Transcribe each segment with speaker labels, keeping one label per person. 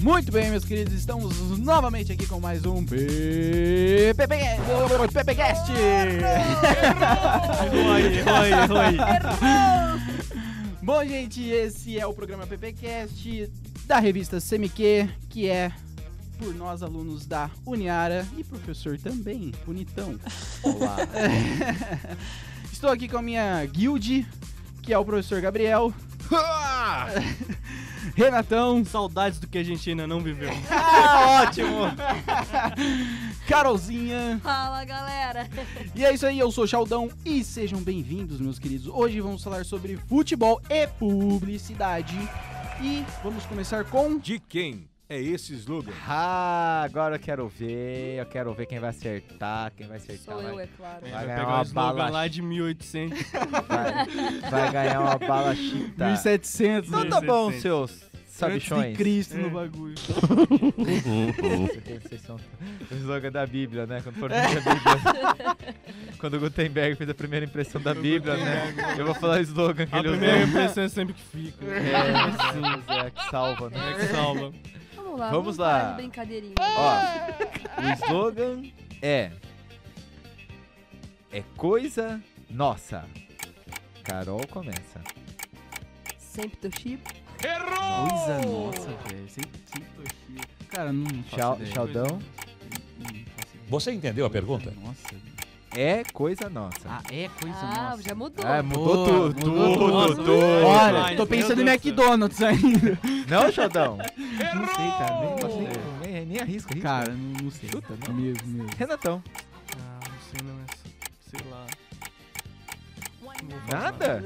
Speaker 1: Muito bem, meus queridos, estamos novamente aqui com mais um P- P- P- PPcast.
Speaker 2: Oi, oi, oi.
Speaker 1: Bom, gente, esse é o programa PPcast da revista CMQ, que é por nós alunos da Uniara e professor também, bonitão.
Speaker 2: Olá.
Speaker 1: Estou aqui com a minha guild, que é o professor Gabriel, Renatão,
Speaker 2: Saudades do que a gente ainda não viveu.
Speaker 1: ótimo, Carolzinha.
Speaker 3: Fala galera!
Speaker 1: E é isso aí, eu sou o Chaldão e sejam bem-vindos, meus queridos. Hoje vamos falar sobre futebol e publicidade. E vamos começar com.
Speaker 4: De quem é esse slogan?
Speaker 5: Ah, agora eu quero ver, eu quero ver quem vai acertar, quem vai acertar.
Speaker 3: Sou eu,
Speaker 5: vai,
Speaker 3: é claro.
Speaker 5: Vai ganhar
Speaker 2: pegar
Speaker 5: uma
Speaker 2: um slogan
Speaker 5: bala.
Speaker 2: lá de 1800.
Speaker 5: vai- vai ganhar uma bala chita.
Speaker 1: 1700
Speaker 5: Então tá bom,
Speaker 2: 1600.
Speaker 5: seus
Speaker 1: né? antes de
Speaker 5: sabichões.
Speaker 1: Cristo no
Speaker 2: É.
Speaker 1: bagulho.
Speaker 5: Vocês são o slogan da Bíblia, né? Quando foram fazer a Bíblia. Quando o Gutenberg fez a primeira impressão da Bíblia, né? Eu vou falar o slogan que
Speaker 2: A
Speaker 5: ele usou.
Speaker 2: primeira impressão é sempre que fica.
Speaker 5: É, sim, Zé, que salva, né?
Speaker 2: É que salva.
Speaker 3: Vamos lá,
Speaker 5: Vamos
Speaker 3: vamos,
Speaker 5: lá.
Speaker 3: parar de brincadeirinha.
Speaker 5: Ó, o slogan é. É coisa nossa. Carol começa.
Speaker 3: Sempre teu chip.
Speaker 1: Coisa nossa, velho. Sem Cara, não. faço
Speaker 5: Chal-
Speaker 1: ideia.
Speaker 5: Chaldão.
Speaker 1: Não faço ideia.
Speaker 4: Você entendeu a pergunta?
Speaker 1: Nossa. velho.
Speaker 5: É coisa nossa.
Speaker 1: Ah, é coisa
Speaker 3: Ah,
Speaker 1: nossa.
Speaker 3: já mudou.
Speaker 5: Ah, mudou
Speaker 1: Boa,
Speaker 5: tudo,
Speaker 1: mudou
Speaker 5: tudo,
Speaker 2: tudo.
Speaker 5: tudo.
Speaker 1: Olha,
Speaker 2: Ai,
Speaker 1: tô
Speaker 2: meu
Speaker 1: pensando em
Speaker 2: Deus do céu.
Speaker 1: McDonald's ainda.
Speaker 5: Não, Xodão?
Speaker 1: Não sei, cara. Nem faço
Speaker 5: nem,
Speaker 1: ideia.
Speaker 5: nem, nem arrisca, arrisca.
Speaker 1: Cara, não, não sei.
Speaker 5: Chuta, não.
Speaker 1: Mesmo, mesmo.
Speaker 5: Renatão.
Speaker 2: Ah, não sei não, é. Sei lá. Não vou falar.
Speaker 5: Nada?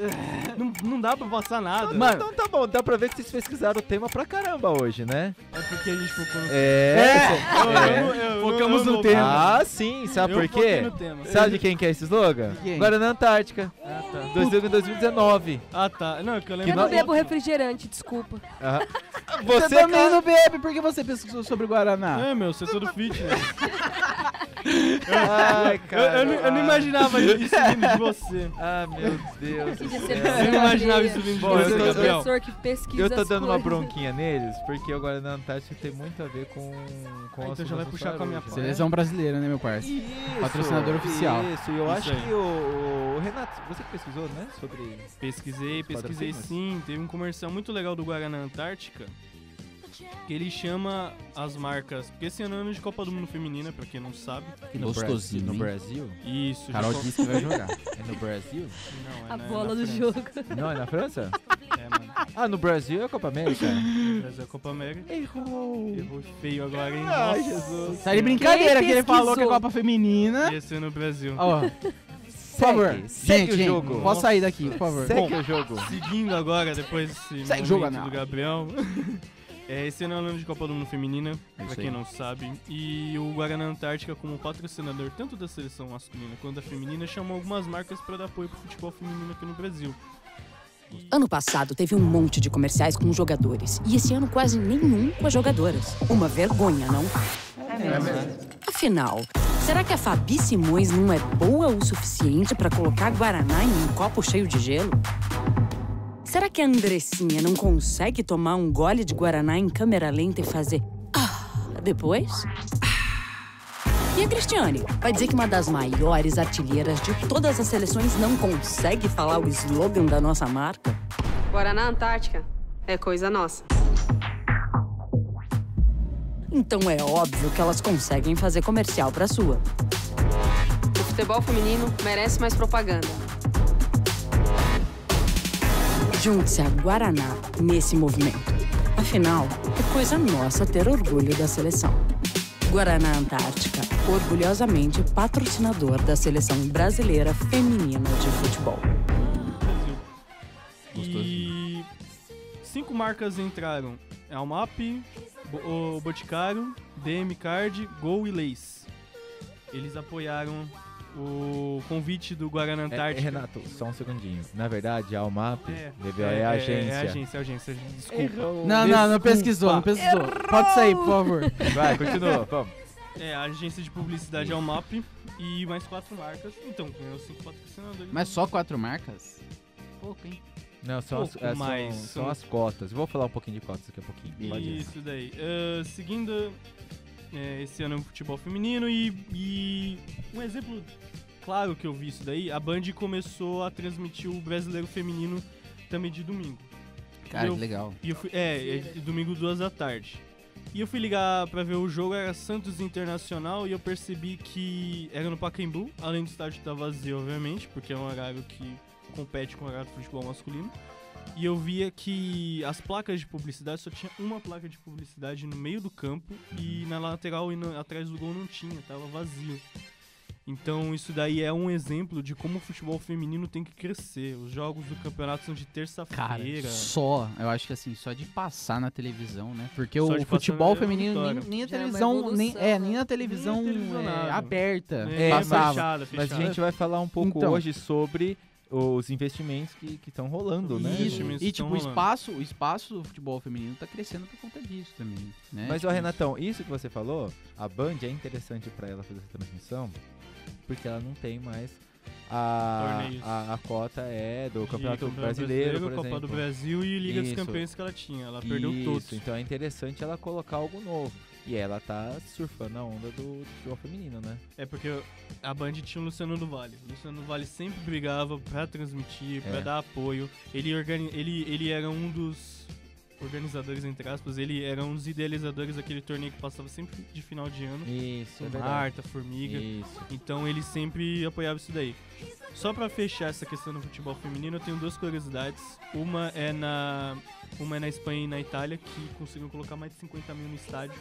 Speaker 2: Não, não dá pra passar nada.
Speaker 5: Então- Então tá bom, dá pra ver que vocês pesquisaram o tema pra caramba hoje, né?
Speaker 2: É porque a gente focou no
Speaker 5: É.
Speaker 2: Eu-
Speaker 5: é.
Speaker 2: eu- eu-
Speaker 1: Focamos
Speaker 2: eu-
Speaker 1: no
Speaker 2: eu-
Speaker 1: tema.
Speaker 5: Ah, sim, sabe
Speaker 2: eu
Speaker 5: por
Speaker 2: foquei
Speaker 5: quê?
Speaker 2: no tema.
Speaker 5: Sabe de quem que é esse slogan?
Speaker 1: De quem?
Speaker 5: Guaraná Antártica,
Speaker 2: Ah, tá.
Speaker 5: 2019.
Speaker 2: Ah, tá. Não, é que eu lembro.
Speaker 3: Eu não
Speaker 2: do
Speaker 3: bebo
Speaker 2: outro.
Speaker 3: refrigerante, desculpa.
Speaker 5: Ah,
Speaker 1: Você,
Speaker 5: Você,
Speaker 1: também
Speaker 5: cara...
Speaker 1: não bebe, por que você pesquisou sobre o Guaraná?
Speaker 2: É, meu, você é todo fitness.
Speaker 5: Ai,
Speaker 2: Eu, eu,
Speaker 5: cara.
Speaker 2: não- eu não imaginava isso vindo de você.
Speaker 5: Ah, meu Deus.
Speaker 3: Que
Speaker 5: do céu.
Speaker 3: decepção.
Speaker 2: Eu não imaginava isso vindo de
Speaker 5: Bom, eu
Speaker 2: você,
Speaker 5: tô-
Speaker 2: Gabriel.
Speaker 3: um professor que pesquisa
Speaker 5: Eu tô
Speaker 3: as
Speaker 5: dando uma
Speaker 3: coisas.
Speaker 5: bronquinha neles, porque o Guaraná Antártica tem muito a ver com, com
Speaker 2: Ah,
Speaker 5: o
Speaker 2: então já
Speaker 5: assunto
Speaker 2: vai
Speaker 5: da
Speaker 2: puxar com a minha
Speaker 5: hoje.
Speaker 2: parte.
Speaker 1: Seleção brasileira, né, meu parceiro?
Speaker 5: Isso,
Speaker 1: Patrocinador oficial.
Speaker 5: Isso, e eu
Speaker 2: Isso
Speaker 5: acho
Speaker 2: aí.
Speaker 5: que o, o Renato, você que pesquisou, né? Sobre.
Speaker 2: Pesquisei, pesquisei
Speaker 5: patrocínios?
Speaker 2: sim. Teve um comercial muito legal do Guaraná Antártica. Que ele chama as marcas. Porque esse ano é ano de Copa do Mundo Feminina, pra quem não sabe.
Speaker 1: Gostosinho,
Speaker 5: No
Speaker 1: hein?
Speaker 5: Brasil?
Speaker 2: Isso,
Speaker 1: Carol
Speaker 2: já
Speaker 1: disse que vai jogar.
Speaker 5: É no Brasil?
Speaker 2: Não, é
Speaker 3: A
Speaker 2: na- na
Speaker 3: bola do
Speaker 2: França.
Speaker 3: jogo.
Speaker 5: Não, é na França?
Speaker 2: É, mano.
Speaker 5: Ah, no Brasil é a Copa América?
Speaker 2: Mas é a Copa América.
Speaker 5: Errou!
Speaker 2: Errou feio agora, hein?
Speaker 5: Ai,
Speaker 2: Nossa.
Speaker 5: Jesus.
Speaker 1: Tá de brincadeira que ele
Speaker 3: pesquisou?
Speaker 1: falou que é Copa Feminina.
Speaker 2: Ia ser é no Brasil.
Speaker 1: Ó, por favor,
Speaker 5: segue
Speaker 1: gente,
Speaker 5: o
Speaker 1: gente,
Speaker 5: jogo.
Speaker 1: posso sair daqui, por favor.
Speaker 5: Segue
Speaker 2: Bom.
Speaker 5: é o jogo.
Speaker 2: Seguindo agora, depois desse
Speaker 1: Segue
Speaker 2: momento
Speaker 1: jogando.
Speaker 2: do Gabriel. é, esse ano é o ano de Copa do Mundo Feminina, pra
Speaker 1: isso
Speaker 2: quem
Speaker 1: aí.
Speaker 2: não sabe. E o Guaraná Antártica, como patrocinador tanto da seleção masculina quanto da feminina, chamou algumas marcas pra dar apoio pro futebol feminino aqui no Brasil.
Speaker 6: Ano passado teve um monte de comerciais com jogadores. E esse ano quase nenhum com as jogadoras. Uma vergonha, não? Afinal, será que a Fabi Simões não é boa o suficiente para colocar Guaraná em um copo cheio de gelo? Será que a Andressinha não consegue tomar um gole de Guaraná em câmera lenta e fazer ah depois? E a Cristiane? Vai dizer que uma das maiores artilheiras de todas as seleções não consegue falar o slogan da nossa marca?
Speaker 7: Guaraná Antártica é coisa nossa.
Speaker 6: Então é óbvio que elas conseguem fazer comercial pra sua.
Speaker 7: O futebol feminino merece mais propaganda.
Speaker 6: Junte-se a Guaraná nesse movimento. Afinal, é coisa nossa ter orgulho da seleção. Guaraná Antártica, orgulhosamente patrocinador da seleção brasileira feminina de futebol.
Speaker 2: Brasil. E cinco marcas entraram. É a Almap, Bo- o Boticário, DM Card, Gol e Leis. Eles apoiaram o convite do Guaraná
Speaker 5: É,
Speaker 2: Antártica.
Speaker 5: Renato, só um segundinho. Na verdade, a Almap
Speaker 2: É,
Speaker 5: DVO é, a agência.
Speaker 2: É, a agência, a agência. Desculpa.
Speaker 5: Errou.
Speaker 1: Não, não, não pesquisou, não pesquisou. Pode sair, por favor.
Speaker 5: Vai, continua, vamos.
Speaker 2: É, a agência de publicidade é o MAP e mais quatro marcas. Então, ganhou cinco patrocinadores.
Speaker 1: Mas só quatro marcas? Pouco, hein?
Speaker 5: Não, são as,
Speaker 2: Um pouco
Speaker 5: é, são-
Speaker 2: mais,
Speaker 5: são
Speaker 2: são-
Speaker 5: as cotas. Vou falar um pouquinho de cotas daqui a pouquinho. Pode ir.
Speaker 2: Isso daí. Ah, seguindo é, esse ano o futebol feminino e, e um exemplo claro que eu vi isso daí, a Band começou a transmitir o brasileiro feminino também de domingo.
Speaker 1: Cara,
Speaker 2: Eu-
Speaker 1: que legal.
Speaker 2: E eu fui, é, é de domingo duas da tarde. E eu fui ligar pra ver o jogo, era Santos Internacional, e eu percebi que era no Pacaembu, além do estádio estar vazio, obviamente, porque é um horário que compete com o horário do futebol masculino. E eu via que as placas de publicidade só tinha uma placa de publicidade no meio do campo e na lateral e na- atrás do gol não tinha, tava vazio. Então isso daí é um exemplo de como o futebol feminino tem que crescer. Os jogos do campeonato são de
Speaker 1: Cara,
Speaker 2: terça-feira.
Speaker 1: só, eu acho que assim, só de passar na televisão, né? Porque
Speaker 2: Só
Speaker 1: o
Speaker 2: de passar
Speaker 1: futebol
Speaker 2: é
Speaker 1: feminino nem,
Speaker 2: vitória.
Speaker 1: nem a
Speaker 3: Já é uma
Speaker 1: televisão, nem,
Speaker 3: evolução,
Speaker 1: é,
Speaker 3: né?
Speaker 1: nem na televisão
Speaker 2: Nem televisionado.
Speaker 1: é, aberta
Speaker 2: É,
Speaker 1: passava.
Speaker 2: fechada,
Speaker 5: Mas a
Speaker 2: fechada.
Speaker 5: gente vai falar um pouco
Speaker 1: Então.
Speaker 5: hoje sobre os investimentos que estão rolando, né?
Speaker 1: Isso.
Speaker 2: Investimentos
Speaker 1: E
Speaker 2: que
Speaker 1: tipo,
Speaker 2: tão
Speaker 1: o
Speaker 2: rolando.
Speaker 1: espaço, o espaço do futebol feminino tá crescendo por conta disso também, né?
Speaker 5: Mas, ó, Renatão, isso que você falou, a Band é interessante pra ela fazer essa transmissão, porque ela não tem mais a,
Speaker 2: Torneios.
Speaker 5: a, a cota é do
Speaker 2: De
Speaker 5: Campeonato Brasileiro, por
Speaker 2: Copa do
Speaker 5: exemplo.
Speaker 2: Brasil e Liga
Speaker 5: Isso.
Speaker 2: dos Campeões que ela tinha. Ela perdeu
Speaker 5: Isso,
Speaker 2: todos.
Speaker 5: então é interessante ela colocar algo novo. E ela tá surfando a onda do futebol feminino, né?
Speaker 2: É porque a Band tinha o Luciano do Vale. O Luciano do Vale sempre brigava pra transmitir, pra
Speaker 5: É.
Speaker 2: dar apoio. Ele, organi ele, ele era um dos organizadores, entre aspas, ele era um dos idealizadores daquele torneio que passava sempre de final de ano.
Speaker 5: Isso, é verdade.
Speaker 2: Marta, Formiga.
Speaker 5: Isso.
Speaker 2: Então ele sempre apoiava isso daí. Só pra fechar essa questão do futebol feminino, eu tenho duas curiosidades. Uma é na uma é na Espanha e na Itália que conseguiram colocar mais de 50 mil no estádio.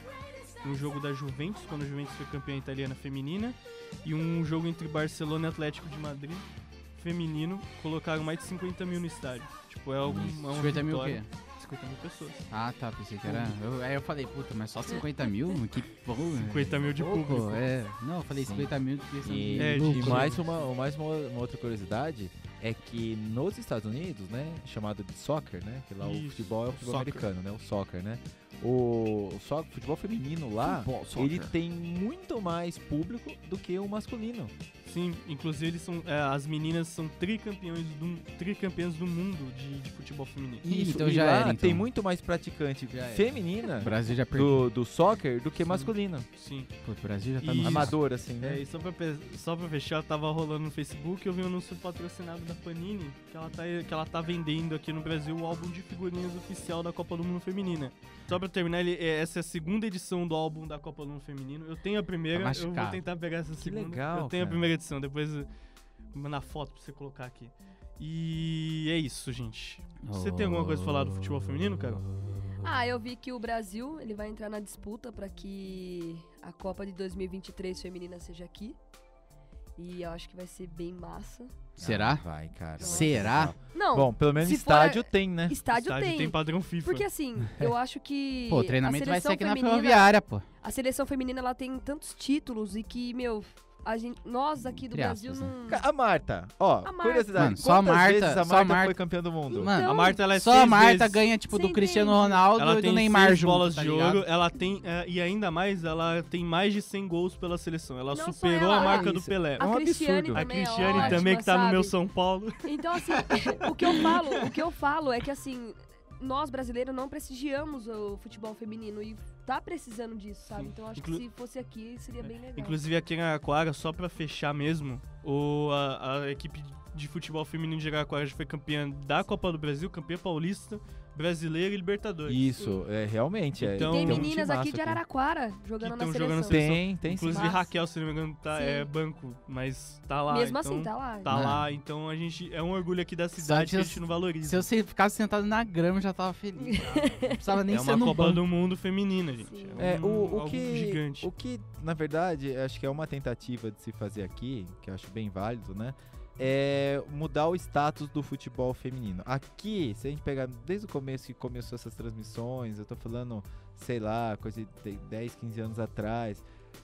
Speaker 2: Um jogo da Juventus, quando a Juventus foi campeã italiana feminina, e um jogo entre Barcelona e Atlético de Madrid feminino, colocaram mais de 50 mil no estádio. Tipo, é algum, é uma
Speaker 1: 50 mil o
Speaker 2: vitória.
Speaker 1: quê?
Speaker 2: 50 mil pessoas.
Speaker 1: Ah, tá, pensei que era. eu- aí eu falei, puta, mas só 50 mil? Que bom.
Speaker 2: 50 mil de público.
Speaker 1: É. Não, eu falei 50 mil de questão
Speaker 5: E,
Speaker 1: de
Speaker 2: É,
Speaker 5: e
Speaker 1: lucro.
Speaker 5: mais, uma, mais uma, uma outra curiosidade é que nos Estados Unidos, né, chamado de soccer, né, que lá o
Speaker 2: Isso,
Speaker 5: futebol é o futebol
Speaker 2: soccer.
Speaker 5: americano, né, o soccer, né, o, o so- futebol feminino lá, ele tem muito mais público do que o masculino.
Speaker 2: Sim, inclusive eles são, é, as meninas são tricampeões do, tricampeãs do mundo de, de futebol feminino.
Speaker 1: Ih, então
Speaker 5: e
Speaker 1: já
Speaker 5: lá
Speaker 1: era, então.
Speaker 5: tem muito mais praticante
Speaker 1: Já era.
Speaker 5: feminina
Speaker 1: O Brasil já perdeu.
Speaker 5: do, do soccer do que
Speaker 2: Sim.
Speaker 5: masculino,
Speaker 2: Sim.
Speaker 1: Pô, o Brasil já tá no
Speaker 2: Isso.
Speaker 5: amador assim,
Speaker 2: É,
Speaker 5: né?
Speaker 2: e só pra, pe- só pra fechar, tava rolando no Facebook eu vi um anúncio patrocinado da Panini que ela, tá, que ela tá vendendo aqui no Brasil o álbum de figurinhas oficial da Copa do Mundo Feminina. Só pra terminar, ele, é, essa é a segunda edição do álbum da Copa do Mundo Feminino. Eu tenho a primeira,
Speaker 1: Tá
Speaker 2: eu vou
Speaker 1: machucado.
Speaker 2: tentar pegar essa segunda.
Speaker 5: legal,
Speaker 2: Eu tenho
Speaker 5: cara.
Speaker 2: a primeira edição, depois eu vou mandar foto pra você colocar aqui. E é isso, gente. Você tem alguma coisa pra falar do futebol feminino, cara?
Speaker 3: Ah, eu vi que o Brasil ele vai entrar na disputa pra que a Copa de 2023 feminina seja aqui. E eu acho que vai ser bem massa.
Speaker 1: Será?
Speaker 5: Vai, cara.
Speaker 1: tá- Será?
Speaker 3: Não,
Speaker 5: Bom, pelo menos
Speaker 3: se for-
Speaker 5: estádio tem, né?
Speaker 3: estádio, tem.
Speaker 2: padrão FIFA.
Speaker 3: Porque assim, eu acho que.
Speaker 1: Pô, o treinamento
Speaker 3: a
Speaker 1: vai ser
Speaker 3: seleção
Speaker 1: aqui na
Speaker 3: feminina-
Speaker 1: ferroviária, pô.
Speaker 3: A seleção feminina ela tem tantos títulos e que, meu, a gente, nós aqui do
Speaker 1: Entre
Speaker 3: Brasil
Speaker 1: aspas,
Speaker 3: não.
Speaker 5: Ca- A Marta, ó,
Speaker 3: Marta.
Speaker 5: curiosidade.
Speaker 1: Mano, só a
Speaker 5: quantas
Speaker 1: Marta-
Speaker 5: vezes a
Speaker 1: só
Speaker 5: Marta,
Speaker 1: a
Speaker 5: foi
Speaker 1: Marta-
Speaker 5: campeã do mundo?
Speaker 1: Mano,
Speaker 2: A Marta ela é
Speaker 1: só a
Speaker 2: seis
Speaker 1: Marta
Speaker 2: vezes-
Speaker 1: ganha, tipo,
Speaker 3: Você
Speaker 1: do Cristiano
Speaker 3: entende?
Speaker 1: Ronaldo
Speaker 2: Ela
Speaker 1: e
Speaker 2: tem
Speaker 1: do Neymar
Speaker 2: seis
Speaker 1: junto.
Speaker 2: bolas
Speaker 1: tá
Speaker 2: de
Speaker 1: ligado?
Speaker 2: ouro, ela tem eh, e ainda mais ela tem mais de 100 gols pela seleção. Ela
Speaker 3: Não só
Speaker 2: superou
Speaker 3: ela,
Speaker 2: a marca
Speaker 5: olha
Speaker 2: do
Speaker 5: isso.
Speaker 2: Pelé.
Speaker 5: um
Speaker 3: A Cristiane
Speaker 5: absurdo.
Speaker 2: A
Speaker 3: também. é
Speaker 2: Cristiane
Speaker 3: ótima,
Speaker 2: também que tá no meu
Speaker 3: sabe?
Speaker 2: São Paulo.
Speaker 3: Então, assim, o que eu falo, o que eu falo é que assim, nós brasileiros não prestigiamos o futebol feminino e tá precisando disso, sabe?
Speaker 2: Sim.
Speaker 3: Então acho
Speaker 2: Inclu-
Speaker 3: que se fosse aqui seria bem legal.
Speaker 2: Inclusive aqui em Araraquara, só pra fechar mesmo, o a, a equipe de futebol feminino de Araraquara já foi campeã da Copa do Brasil, campeã paulista, brasileira e Libertadores.
Speaker 5: Isso, é, realmente. é,
Speaker 2: Então-
Speaker 3: tem
Speaker 2: então,
Speaker 3: meninas
Speaker 5: timaço
Speaker 3: aqui de Araraquara
Speaker 2: Que
Speaker 3: jogando na
Speaker 2: tão
Speaker 3: seleção.
Speaker 2: jogando na
Speaker 5: Tem, tem sim.
Speaker 2: Inclusive
Speaker 3: Massa.
Speaker 2: Raquel, se não me engano, tá, é
Speaker 3: Sim.
Speaker 2: banco, mas tá lá.
Speaker 3: Mesmo
Speaker 2: então,
Speaker 3: assim, tá lá.
Speaker 2: Tá
Speaker 1: Mano.
Speaker 2: lá, então a gente é um orgulho aqui da cidade que a
Speaker 1: tinha-
Speaker 2: gente não valoriza.
Speaker 1: Se eu se- ficasse sentado na grama, eu já tava feliz. cara. Não precisava nem
Speaker 2: é
Speaker 1: ser
Speaker 2: uma
Speaker 1: no
Speaker 2: Copa
Speaker 1: banco.
Speaker 2: do Mundo feminina, gente.
Speaker 3: Sim.
Speaker 5: É,
Speaker 2: um-
Speaker 5: o, o
Speaker 2: algo
Speaker 5: que,
Speaker 2: gigante.
Speaker 5: o que, na verdade, acho que é uma tentativa de se fazer aqui, que eu acho bem válido, né? É mudar o status do futebol feminino. Aqui, se a gente pegar desde o começo que começou essas transmissões, eu tô falando, sei lá, coisa de 10, 15 anos atrás,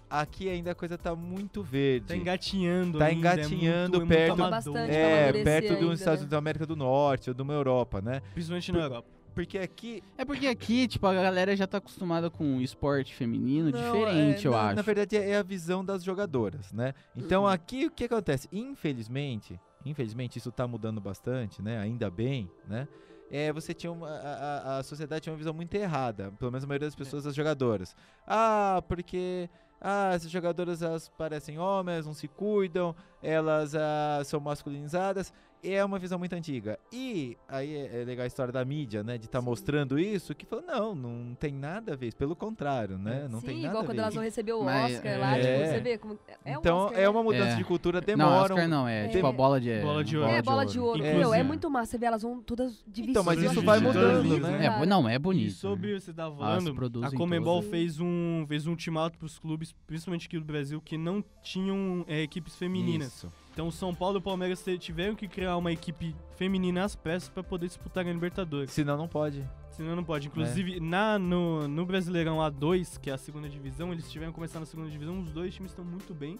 Speaker 5: aqui ainda a coisa tá muito verde.
Speaker 2: Tá engatinhando.
Speaker 5: Tá
Speaker 2: ainda, é muito-
Speaker 5: engatinhando
Speaker 2: é muito
Speaker 5: perto-
Speaker 2: amador.
Speaker 3: Bastante
Speaker 5: é,
Speaker 3: amadurecer
Speaker 5: perto dos
Speaker 3: ainda,
Speaker 5: Estados
Speaker 3: né?
Speaker 5: Unidos da América do Norte ou de uma Europa, né?
Speaker 2: Principalmente na Europa.
Speaker 5: Porque aqui.
Speaker 1: É porque aqui, tipo, a galera já tá acostumada com o esporte feminino
Speaker 5: não,
Speaker 1: diferente,
Speaker 5: é,
Speaker 1: eu
Speaker 5: na,
Speaker 1: acho.
Speaker 5: Na verdade, é a visão das jogadoras, né? Então
Speaker 1: Uhum.
Speaker 5: aqui o que acontece? Infelizmente, Infelizmente, isso está mudando bastante, né? Ainda bem, né? É, você tinha uma, a, a- a sociedade tinha uma visão muito errada, pelo menos
Speaker 3: É.
Speaker 5: a maioria das pessoas, das jogadoras. Ah, porque ah, essas jogadoras elas parecem homens, elas não se cuidam, elas ah, são masculinizadas. É uma visão muito antiga. E aí é é legal a história da mídia, né? De estar
Speaker 3: Sim.
Speaker 5: mostrando isso, que falou, não, não tem nada a ver. isso, Pelo contrário, né? Não
Speaker 3: É. Sim,
Speaker 5: tem nada
Speaker 3: igual
Speaker 5: a
Speaker 3: quando
Speaker 5: ver.
Speaker 3: elas vão receber o
Speaker 1: Mas,
Speaker 3: Oscar lá,
Speaker 5: é.
Speaker 3: tipo, você vê como. É o
Speaker 5: Então
Speaker 3: Oscar,
Speaker 5: é
Speaker 3: né?
Speaker 5: uma mudança
Speaker 1: É.
Speaker 5: de cultura,
Speaker 1: não,
Speaker 5: demora. um
Speaker 1: Oscar não, é,
Speaker 3: É.
Speaker 1: tipo a bola de
Speaker 2: Bola de ouro.
Speaker 3: É, bola de ouro.
Speaker 2: É.
Speaker 3: Meu, é
Speaker 2: Inclusive.
Speaker 3: muito massa. Você vê elas vão todas de vestido.
Speaker 5: Então, mas isso
Speaker 2: Inclusive,
Speaker 5: vai
Speaker 2: dois
Speaker 5: mudando,
Speaker 2: livros,
Speaker 5: né?
Speaker 2: né?
Speaker 1: É, bo- não, é bonito.
Speaker 2: E sobre
Speaker 1: né?
Speaker 2: você tava
Speaker 1: Elas
Speaker 2: falando, a
Speaker 1: produzem
Speaker 2: Comembol
Speaker 1: todas.
Speaker 2: fez um, fez um ultimato pros clubes, principalmente aqui do Brasil, que não tinham é, equipes femininas.
Speaker 5: Isso.
Speaker 2: Então o São Paulo e o Palmeiras te- tiveram que criar uma equipe feminina às peças para poder disputar a Libertadores.
Speaker 5: Senão não pode.
Speaker 2: Senão não pode.
Speaker 5: É.
Speaker 2: Inclusive, na, no, no Brasileirão A2, que é a segunda divisão, eles tiveram que começar na segunda divisão. Os dois times estão muito bem.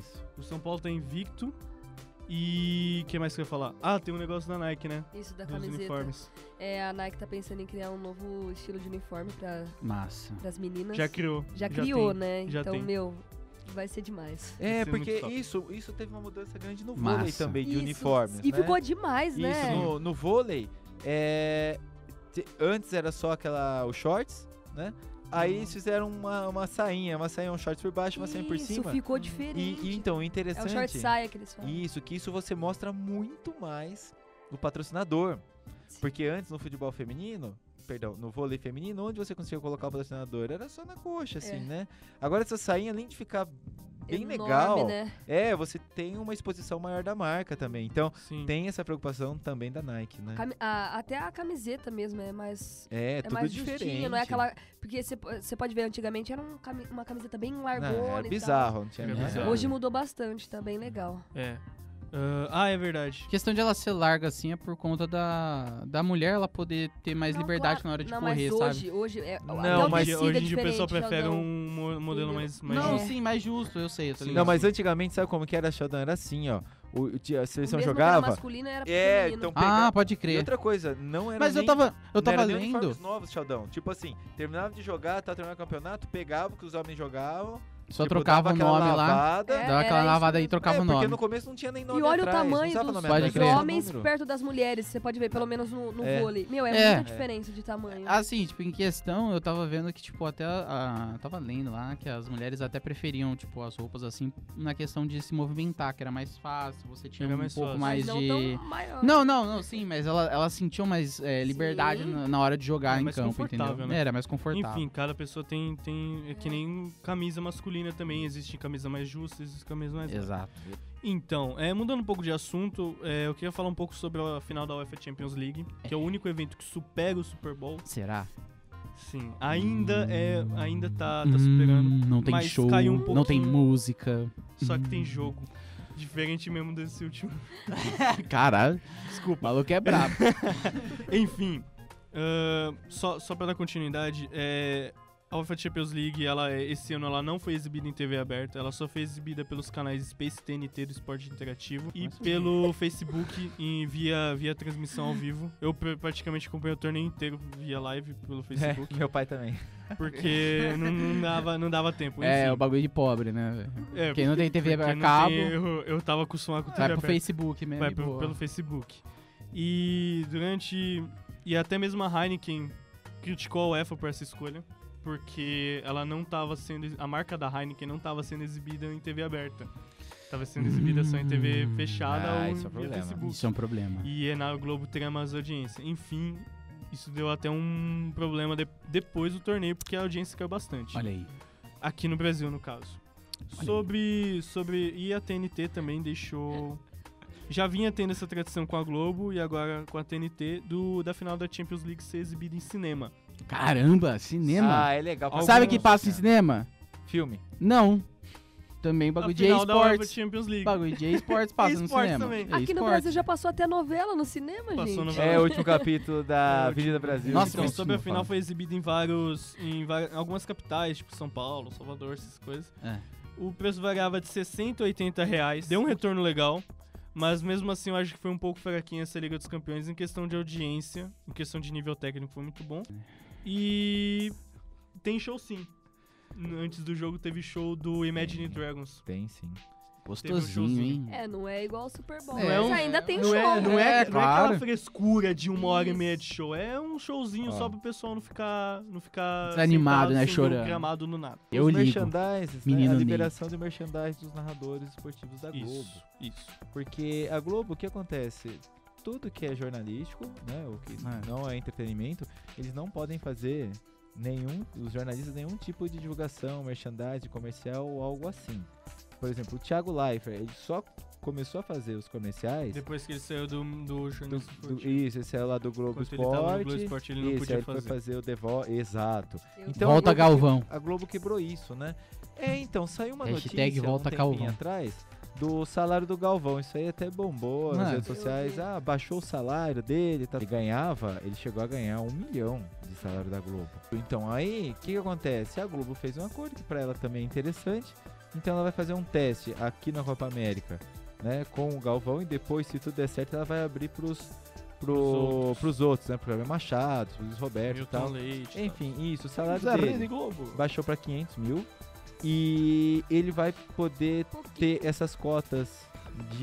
Speaker 5: Isso.
Speaker 2: O São Paulo tá invicto. E o que mais que eu ia falar? Ah, tem um negócio da Nike, né?
Speaker 3: Isso da
Speaker 2: Dos
Speaker 3: camiseta.
Speaker 2: uniformes.
Speaker 3: É, a Nike tá pensando em criar um novo estilo de uniforme pra,
Speaker 1: Massa.
Speaker 3: pras meninas.
Speaker 2: Já criou.
Speaker 3: Já criou,
Speaker 2: tem.
Speaker 3: né?
Speaker 2: já
Speaker 3: então,
Speaker 2: tem.
Speaker 3: meu, vai ser demais.
Speaker 5: É,
Speaker 2: Isso é muito
Speaker 5: porque
Speaker 2: top.
Speaker 5: isso, isso teve uma mudança grande no
Speaker 1: Massa.
Speaker 5: vôlei também, de
Speaker 3: Isso.
Speaker 5: uniformes.
Speaker 3: E
Speaker 5: né?
Speaker 3: ficou demais,
Speaker 5: Isso,
Speaker 3: né?
Speaker 5: no, no vôlei, é, te- antes era só aquela, os shorts, né? Aí eles fizeram uma, uma sainha, uma sainha, um short por baixo, uma sainha por
Speaker 3: Isso,
Speaker 5: cima.
Speaker 3: ficou
Speaker 5: E,
Speaker 3: diferente.
Speaker 5: e então,
Speaker 3: é
Speaker 5: interessante.
Speaker 3: o short saia que eles falam.
Speaker 5: Isso, que isso você mostra muito mais no patrocinador.
Speaker 3: Sim.
Speaker 5: Porque antes no futebol feminino, perdão, no vôlei feminino, onde você conseguia colocar o patrocinador? Era só na coxa, assim,
Speaker 3: É.
Speaker 5: né? Agora essa sainha, além de ficar bem
Speaker 3: Enorme,
Speaker 5: legal,
Speaker 3: né?
Speaker 5: é, você tem uma exposição maior da marca também. Então,
Speaker 2: Sim.
Speaker 5: tem essa preocupação também da Nike, né?
Speaker 3: Cami- a- até a camiseta mesmo é mais.
Speaker 5: É,
Speaker 3: É
Speaker 5: tudo
Speaker 3: mais
Speaker 5: diferente.
Speaker 3: justinha, não é aquela. Porque você pode ver, antigamente era um cami- uma camiseta bem
Speaker 5: Não,
Speaker 3: largona. e
Speaker 5: era
Speaker 3: tal.
Speaker 5: bizarro, não
Speaker 1: É
Speaker 5: tinha
Speaker 2: Era
Speaker 5: nada.
Speaker 2: bizarro.
Speaker 3: Hoje mudou bastante, tá bem legal.
Speaker 2: É. Ah, ah, é verdade.
Speaker 1: A questão de ela ser larga assim é por conta da, da mulher ela poder ter mais
Speaker 3: Não,
Speaker 1: liberdade
Speaker 3: claro.
Speaker 1: na hora de
Speaker 3: não,
Speaker 1: correr,
Speaker 3: mas
Speaker 1: sabe?
Speaker 3: Hoje, hoje é,
Speaker 5: Não,
Speaker 3: até o
Speaker 5: mas
Speaker 2: hoje,
Speaker 3: tecido
Speaker 2: hoje
Speaker 3: é
Speaker 2: em dia o pessoal
Speaker 3: diferente,
Speaker 2: prefere
Speaker 3: algodão.
Speaker 2: um mo- modelo
Speaker 3: Entendeu?
Speaker 2: mais, mais
Speaker 1: Não,
Speaker 3: É.
Speaker 2: justo.
Speaker 1: sim, mais justo, eu sei, eu tô
Speaker 2: Sim.
Speaker 1: ligado.
Speaker 5: Não, mas antigamente, sabe como que era, Sheldon? Era assim, ó. O, o- a
Speaker 3: O
Speaker 5: seleção
Speaker 3: mesmo que Era
Speaker 5: jogava.
Speaker 3: masculino era pro
Speaker 5: É,
Speaker 3: feminino.
Speaker 5: então pegava.
Speaker 1: Ah, pode
Speaker 5: E
Speaker 1: crer.
Speaker 5: outra coisa, não era
Speaker 1: Mas eu
Speaker 5: nem-
Speaker 1: tava, eu
Speaker 5: não
Speaker 1: tava
Speaker 5: era nem uniformes
Speaker 1: lendo,
Speaker 5: novos, Sheldon. Tipo assim, terminava de jogar, tava terminando o campeonato, pegava o que os homens jogavam.
Speaker 1: só
Speaker 5: tipo,
Speaker 1: trocava
Speaker 5: dava
Speaker 1: o
Speaker 5: aquela
Speaker 1: nome lá,
Speaker 5: lavada.
Speaker 3: É,
Speaker 1: dava aquela
Speaker 3: era isso
Speaker 1: lavada aí e
Speaker 3: mesmo.
Speaker 1: trocava
Speaker 5: é,
Speaker 1: o
Speaker 5: Porque
Speaker 1: nome.
Speaker 5: no começo não tinha nem nome
Speaker 3: E olha
Speaker 5: atrás,
Speaker 3: o tamanho
Speaker 5: não usava
Speaker 3: dos,
Speaker 5: nome
Speaker 1: Pode
Speaker 5: atrás,
Speaker 1: crer.
Speaker 5: era só
Speaker 3: homens
Speaker 5: número.
Speaker 3: perto das mulheres. Você pode ver, pelo menos no, no
Speaker 5: né? É.
Speaker 3: vôlei. Meu, é,
Speaker 1: É.
Speaker 3: muita diferença de tamanho.
Speaker 1: Assim, tipo, em questão, eu tava vendo que, tipo, até a, a- tava lendo lá que as mulheres até preferiam, tipo, as roupas assim, na questão de se movimentar, que era mais fácil, você tinha
Speaker 2: Era
Speaker 1: um
Speaker 2: mais
Speaker 1: pouco
Speaker 2: fácil.
Speaker 1: mais
Speaker 3: Mas não
Speaker 1: de.
Speaker 3: tão maior.
Speaker 1: Não, não, não, sim, mas ela, ela sentiu mais é, liberdade
Speaker 3: Sim.
Speaker 1: na, na hora de jogar
Speaker 2: Era
Speaker 1: em
Speaker 2: mais
Speaker 1: campo,
Speaker 2: confortável,
Speaker 1: entendeu?
Speaker 2: né?
Speaker 1: Era mais confortável.
Speaker 2: Enfim, cada pessoa tem, tem. É que nem camisa masculina também. Existe camisa mais justa, existe camisa mais.
Speaker 1: Exato.
Speaker 2: Então, é, mudando um pouco de assunto, é, eu queria falar um pouco sobre a final da UEFA Champions League, que é o único evento que supera o Super Bowl.
Speaker 1: Será?
Speaker 2: Sim. Ainda é. Ainda tá, tá superando.
Speaker 1: Hum, não tem
Speaker 2: mas
Speaker 1: show,
Speaker 2: caiu um
Speaker 1: não tem
Speaker 2: pouquinho.
Speaker 1: música.
Speaker 2: Só que tem
Speaker 1: Hum.
Speaker 2: jogo. Diferente mesmo desse último.
Speaker 1: Caralho. Desculpa. O maluco é brabo.
Speaker 2: Enfim, ahn, só, só pra dar continuidade, é, a UEFA Champions League, ela, é- esse ano ela não foi exibida em TV aberta, ela só foi exibida pelos canais Space TNT do Esporte Interativo e
Speaker 1: Nossa.
Speaker 2: pelo Facebook em, via, via transmissão ao vivo. Eu pr- praticamente acompanhei o torneio inteiro via live pelo Facebook,
Speaker 5: É, meu pai também.
Speaker 2: porque não, não dava, não dava tempo.
Speaker 1: é,
Speaker 2: enfim.
Speaker 1: o bagulho de pobre, né? velho?
Speaker 2: É,
Speaker 1: Quem não tem TV
Speaker 2: porque
Speaker 1: a
Speaker 2: não
Speaker 1: cabo,
Speaker 2: tem- eu, eu tava acostumado com TV
Speaker 1: vai pro
Speaker 2: aberta.
Speaker 1: Facebook
Speaker 5: É,
Speaker 1: mesmo.
Speaker 2: Vai
Speaker 1: e
Speaker 2: pe-
Speaker 1: boa.
Speaker 2: pelo Facebook. E durante. E até mesmo a Heineken criticou a UEFA por essa escolha, porque ela não tava sendo. A marca da Heineken não estava sendo exibida em TV aberta. Tava sendo exibida só em TV
Speaker 1: Hum.
Speaker 2: fechada
Speaker 5: Ah,
Speaker 2: ou
Speaker 5: isso
Speaker 2: via
Speaker 5: é um problema.
Speaker 2: Facebook.
Speaker 1: Isso é um problema.
Speaker 2: E é na Globo teria mais audiência. Enfim, isso deu até um problema de- depois do torneio, porque a audiência caiu bastante.
Speaker 1: Olha aí.
Speaker 2: Aqui no Brasil, no caso.
Speaker 1: aí.
Speaker 2: Sobre, sobre. E a TNT também deixou. Já vinha tendo essa tradição com a Globo e agora com a TNT do, da final da Champions League ser exibida em cinema.
Speaker 1: Caramba, cinema.
Speaker 5: Ah, é legal. pra
Speaker 1: Sabe
Speaker 5: caramba. É.
Speaker 1: que passa em cinema?
Speaker 5: Filme.
Speaker 1: Não. Também bagulho
Speaker 2: a
Speaker 1: de
Speaker 2: final da UEFA
Speaker 1: esportes.
Speaker 2: Champions League.
Speaker 1: Bagulho de esportes passa no
Speaker 2: Esportes
Speaker 1: cinema.
Speaker 2: também.
Speaker 1: É
Speaker 3: Aqui no
Speaker 1: esportes.
Speaker 3: Brasil já passou até novela no cinema,
Speaker 2: Passou
Speaker 3: gente.
Speaker 2: novela.
Speaker 5: É o último capítulo
Speaker 2: É,
Speaker 5: da
Speaker 2: o
Speaker 5: Avenida Brasil.
Speaker 1: Nossa,
Speaker 2: então,
Speaker 1: mas
Speaker 2: sobre a
Speaker 1: não
Speaker 2: final
Speaker 1: fala.
Speaker 2: foi exibida em vários. em va- em algumas capitais, tipo São Paulo, Salvador, essas coisas.
Speaker 1: É.
Speaker 2: O preço variava de 60 a 80 reais. Deu um retorno legal. Mas mesmo assim eu acho que foi um pouco fraquinha essa Liga dos Campeões em questão de audiência, em questão de nível técnico foi muito bom. E tem show sim. N- Antes do jogo teve show do Imagine Dragons.
Speaker 5: Tem sim.
Speaker 2: um
Speaker 1: Gostosinho, hein?
Speaker 3: É, não é igual o Super Bowl.
Speaker 1: É.
Speaker 3: Mas
Speaker 1: Não é um-
Speaker 3: ainda tem
Speaker 2: Não
Speaker 3: show. né?
Speaker 2: é, não é,
Speaker 1: É,
Speaker 2: não é aquela
Speaker 1: claro. Ah.
Speaker 2: frescura de uma hora e
Speaker 3: Isso.
Speaker 2: meia de show. É um showzinho
Speaker 5: Ó.
Speaker 2: só pro pessoal não ficar. Não ficar
Speaker 1: Desanimado,
Speaker 2: sentado
Speaker 1: né,
Speaker 2: sem
Speaker 1: chorando.
Speaker 2: ver o Gramado no nada.
Speaker 1: Eu
Speaker 5: os
Speaker 1: ligo.
Speaker 5: merchandises, né?
Speaker 1: Menino
Speaker 5: A
Speaker 1: Ney.
Speaker 5: liberação de merchandise dos narradores esportivos
Speaker 1: É
Speaker 5: da Globo.
Speaker 2: Isso, isso.
Speaker 5: Porque a Globo, o que acontece? Tudo que é jornalístico, né? O que
Speaker 1: É.
Speaker 5: não é entretenimento, eles não podem fazer nenhum, os jornalistas, nenhum tipo de divulgação, merchandising, comercial ou algo assim. Por exemplo, o Thiago Leifert, ele só começou a fazer os comerciais.
Speaker 2: Depois que ele saiu do, do
Speaker 5: do-
Speaker 2: jornalismo
Speaker 5: do- isso, esse é lá do Globo
Speaker 2: Enquanto ele tava no Globo
Speaker 5: Esporte.
Speaker 2: Esporte, ele não
Speaker 5: isso,
Speaker 2: podia
Speaker 5: aí ele
Speaker 2: fazer.
Speaker 5: foi fazer o The Voice. Exato.
Speaker 3: Eu-
Speaker 5: Então,
Speaker 1: Volta
Speaker 5: a Globo
Speaker 1: Galvão.
Speaker 5: que- a Globo quebrou isso, né? É, então, saiu uma
Speaker 1: Hashtag
Speaker 5: notícia um
Speaker 1: volta
Speaker 5: tempinho
Speaker 1: Galvão.
Speaker 5: atrás do salário do Galvão. Isso aí até bombou nas
Speaker 1: Ah.
Speaker 5: redes
Speaker 3: Eu vi.
Speaker 5: sociais. Ah, baixou o salário dele. Tá... Ele ganhava, ele chegou a ganhar um milhão de salário da Globo. Então aí, o que, que acontece? A Globo fez um acordo que pra ela também é interessante. Então ela vai fazer um teste aqui na Copa América, né? Com o Galvão e depois, se tudo der certo, ela vai abrir pros, pro,
Speaker 2: Pros outros.
Speaker 5: pros outros, né? Pro Gabriel Machado, pro Luiz Roberto e
Speaker 2: Milton
Speaker 5: tal.
Speaker 2: Leite. tá.
Speaker 5: Enfim, isso, o
Speaker 1: tá
Speaker 5: salário
Speaker 2: Zé
Speaker 5: dele
Speaker 2: Rene é Globo.
Speaker 5: baixou pra 500 mil e ele vai poder
Speaker 3: pouquinho.
Speaker 5: ter essas cotas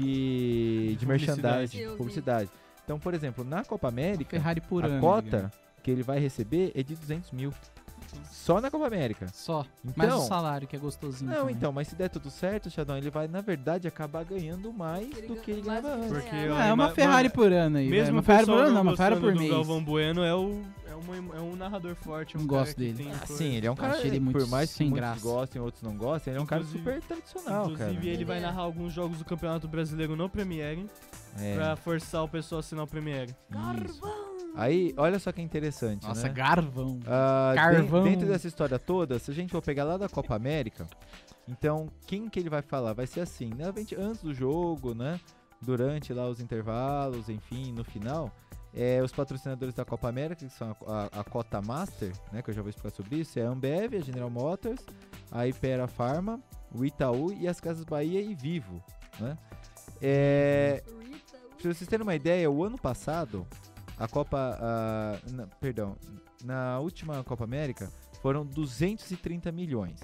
Speaker 5: de, de
Speaker 2: De
Speaker 5: merchandising,
Speaker 3: publicidade.
Speaker 5: de publicidade. Então, por exemplo, na Copa América,
Speaker 1: Ferrari por
Speaker 5: a
Speaker 1: ano.
Speaker 5: cota que ele vai receber é de 200 mil. Só na Copa América.
Speaker 1: Só. Mas o
Speaker 5: Então,
Speaker 1: salário, que é gostosinho.
Speaker 5: não,
Speaker 1: também.
Speaker 5: então, mas se der tudo certo, Xadão, ele vai, na verdade, acabar ganhando mais
Speaker 3: Ele
Speaker 5: do que ele
Speaker 3: ganha mais
Speaker 5: ganhava
Speaker 3: do que
Speaker 5: antes.
Speaker 3: ele
Speaker 2: Porque,
Speaker 3: ganhava.
Speaker 2: ó,
Speaker 1: Ah, é uma
Speaker 2: Mas-
Speaker 1: Ferrari
Speaker 2: mas-
Speaker 1: por ano aí. velho.
Speaker 2: Mesmo
Speaker 1: Uma
Speaker 2: o
Speaker 1: Ferrari
Speaker 2: pessoal
Speaker 1: por ano,
Speaker 2: não
Speaker 1: não, uma Ferrari
Speaker 2: gostando
Speaker 1: por
Speaker 2: do
Speaker 1: mês.
Speaker 2: Galvão Bueno é, o, é, uma- é um narrador forte. é um
Speaker 1: Não
Speaker 2: cara
Speaker 1: gosto
Speaker 2: que
Speaker 1: dele.
Speaker 2: tem
Speaker 5: Ah,
Speaker 2: cor-
Speaker 5: Sim, ele é um
Speaker 1: Achei
Speaker 5: cara,
Speaker 1: ele muito
Speaker 5: por mais que
Speaker 1: sem
Speaker 5: muitos
Speaker 1: graça.
Speaker 5: gostem, outros não gostem, ele é um cara
Speaker 2: Inclusive-
Speaker 5: super tradicional,
Speaker 2: Inclusive,
Speaker 5: cara.
Speaker 2: ele vai
Speaker 3: É.
Speaker 2: narrar alguns jogos do Campeonato Brasileiro no Premiere
Speaker 5: É,
Speaker 2: pra forçar o pessoal a assinar o Premiere.
Speaker 5: isso. Aí, olha só que interessante,
Speaker 1: Nossa,
Speaker 5: né?
Speaker 1: garvão.
Speaker 5: Ah, de-
Speaker 1: Carvão.
Speaker 5: Dentro dessa história toda, se a gente for pegar lá da Copa América, então quem que ele vai falar? Vai ser assim, né? Obviamente, Antes do jogo, né? Durante lá os intervalos, enfim, no final, é, os patrocinadores da Copa América, que são a, a- a Cota Master, né? Que eu já vou explicar sobre isso, é a Ambev, a General Motors, a Ipera Pharma, o Itaú e as Casas Bahia e Vivo, né? É,
Speaker 3: Rita,
Speaker 5: Pra vocês terem uma ideia, o ano passado, a Copa. ah, na- perdão, na última Copa América, foram 230 milhões.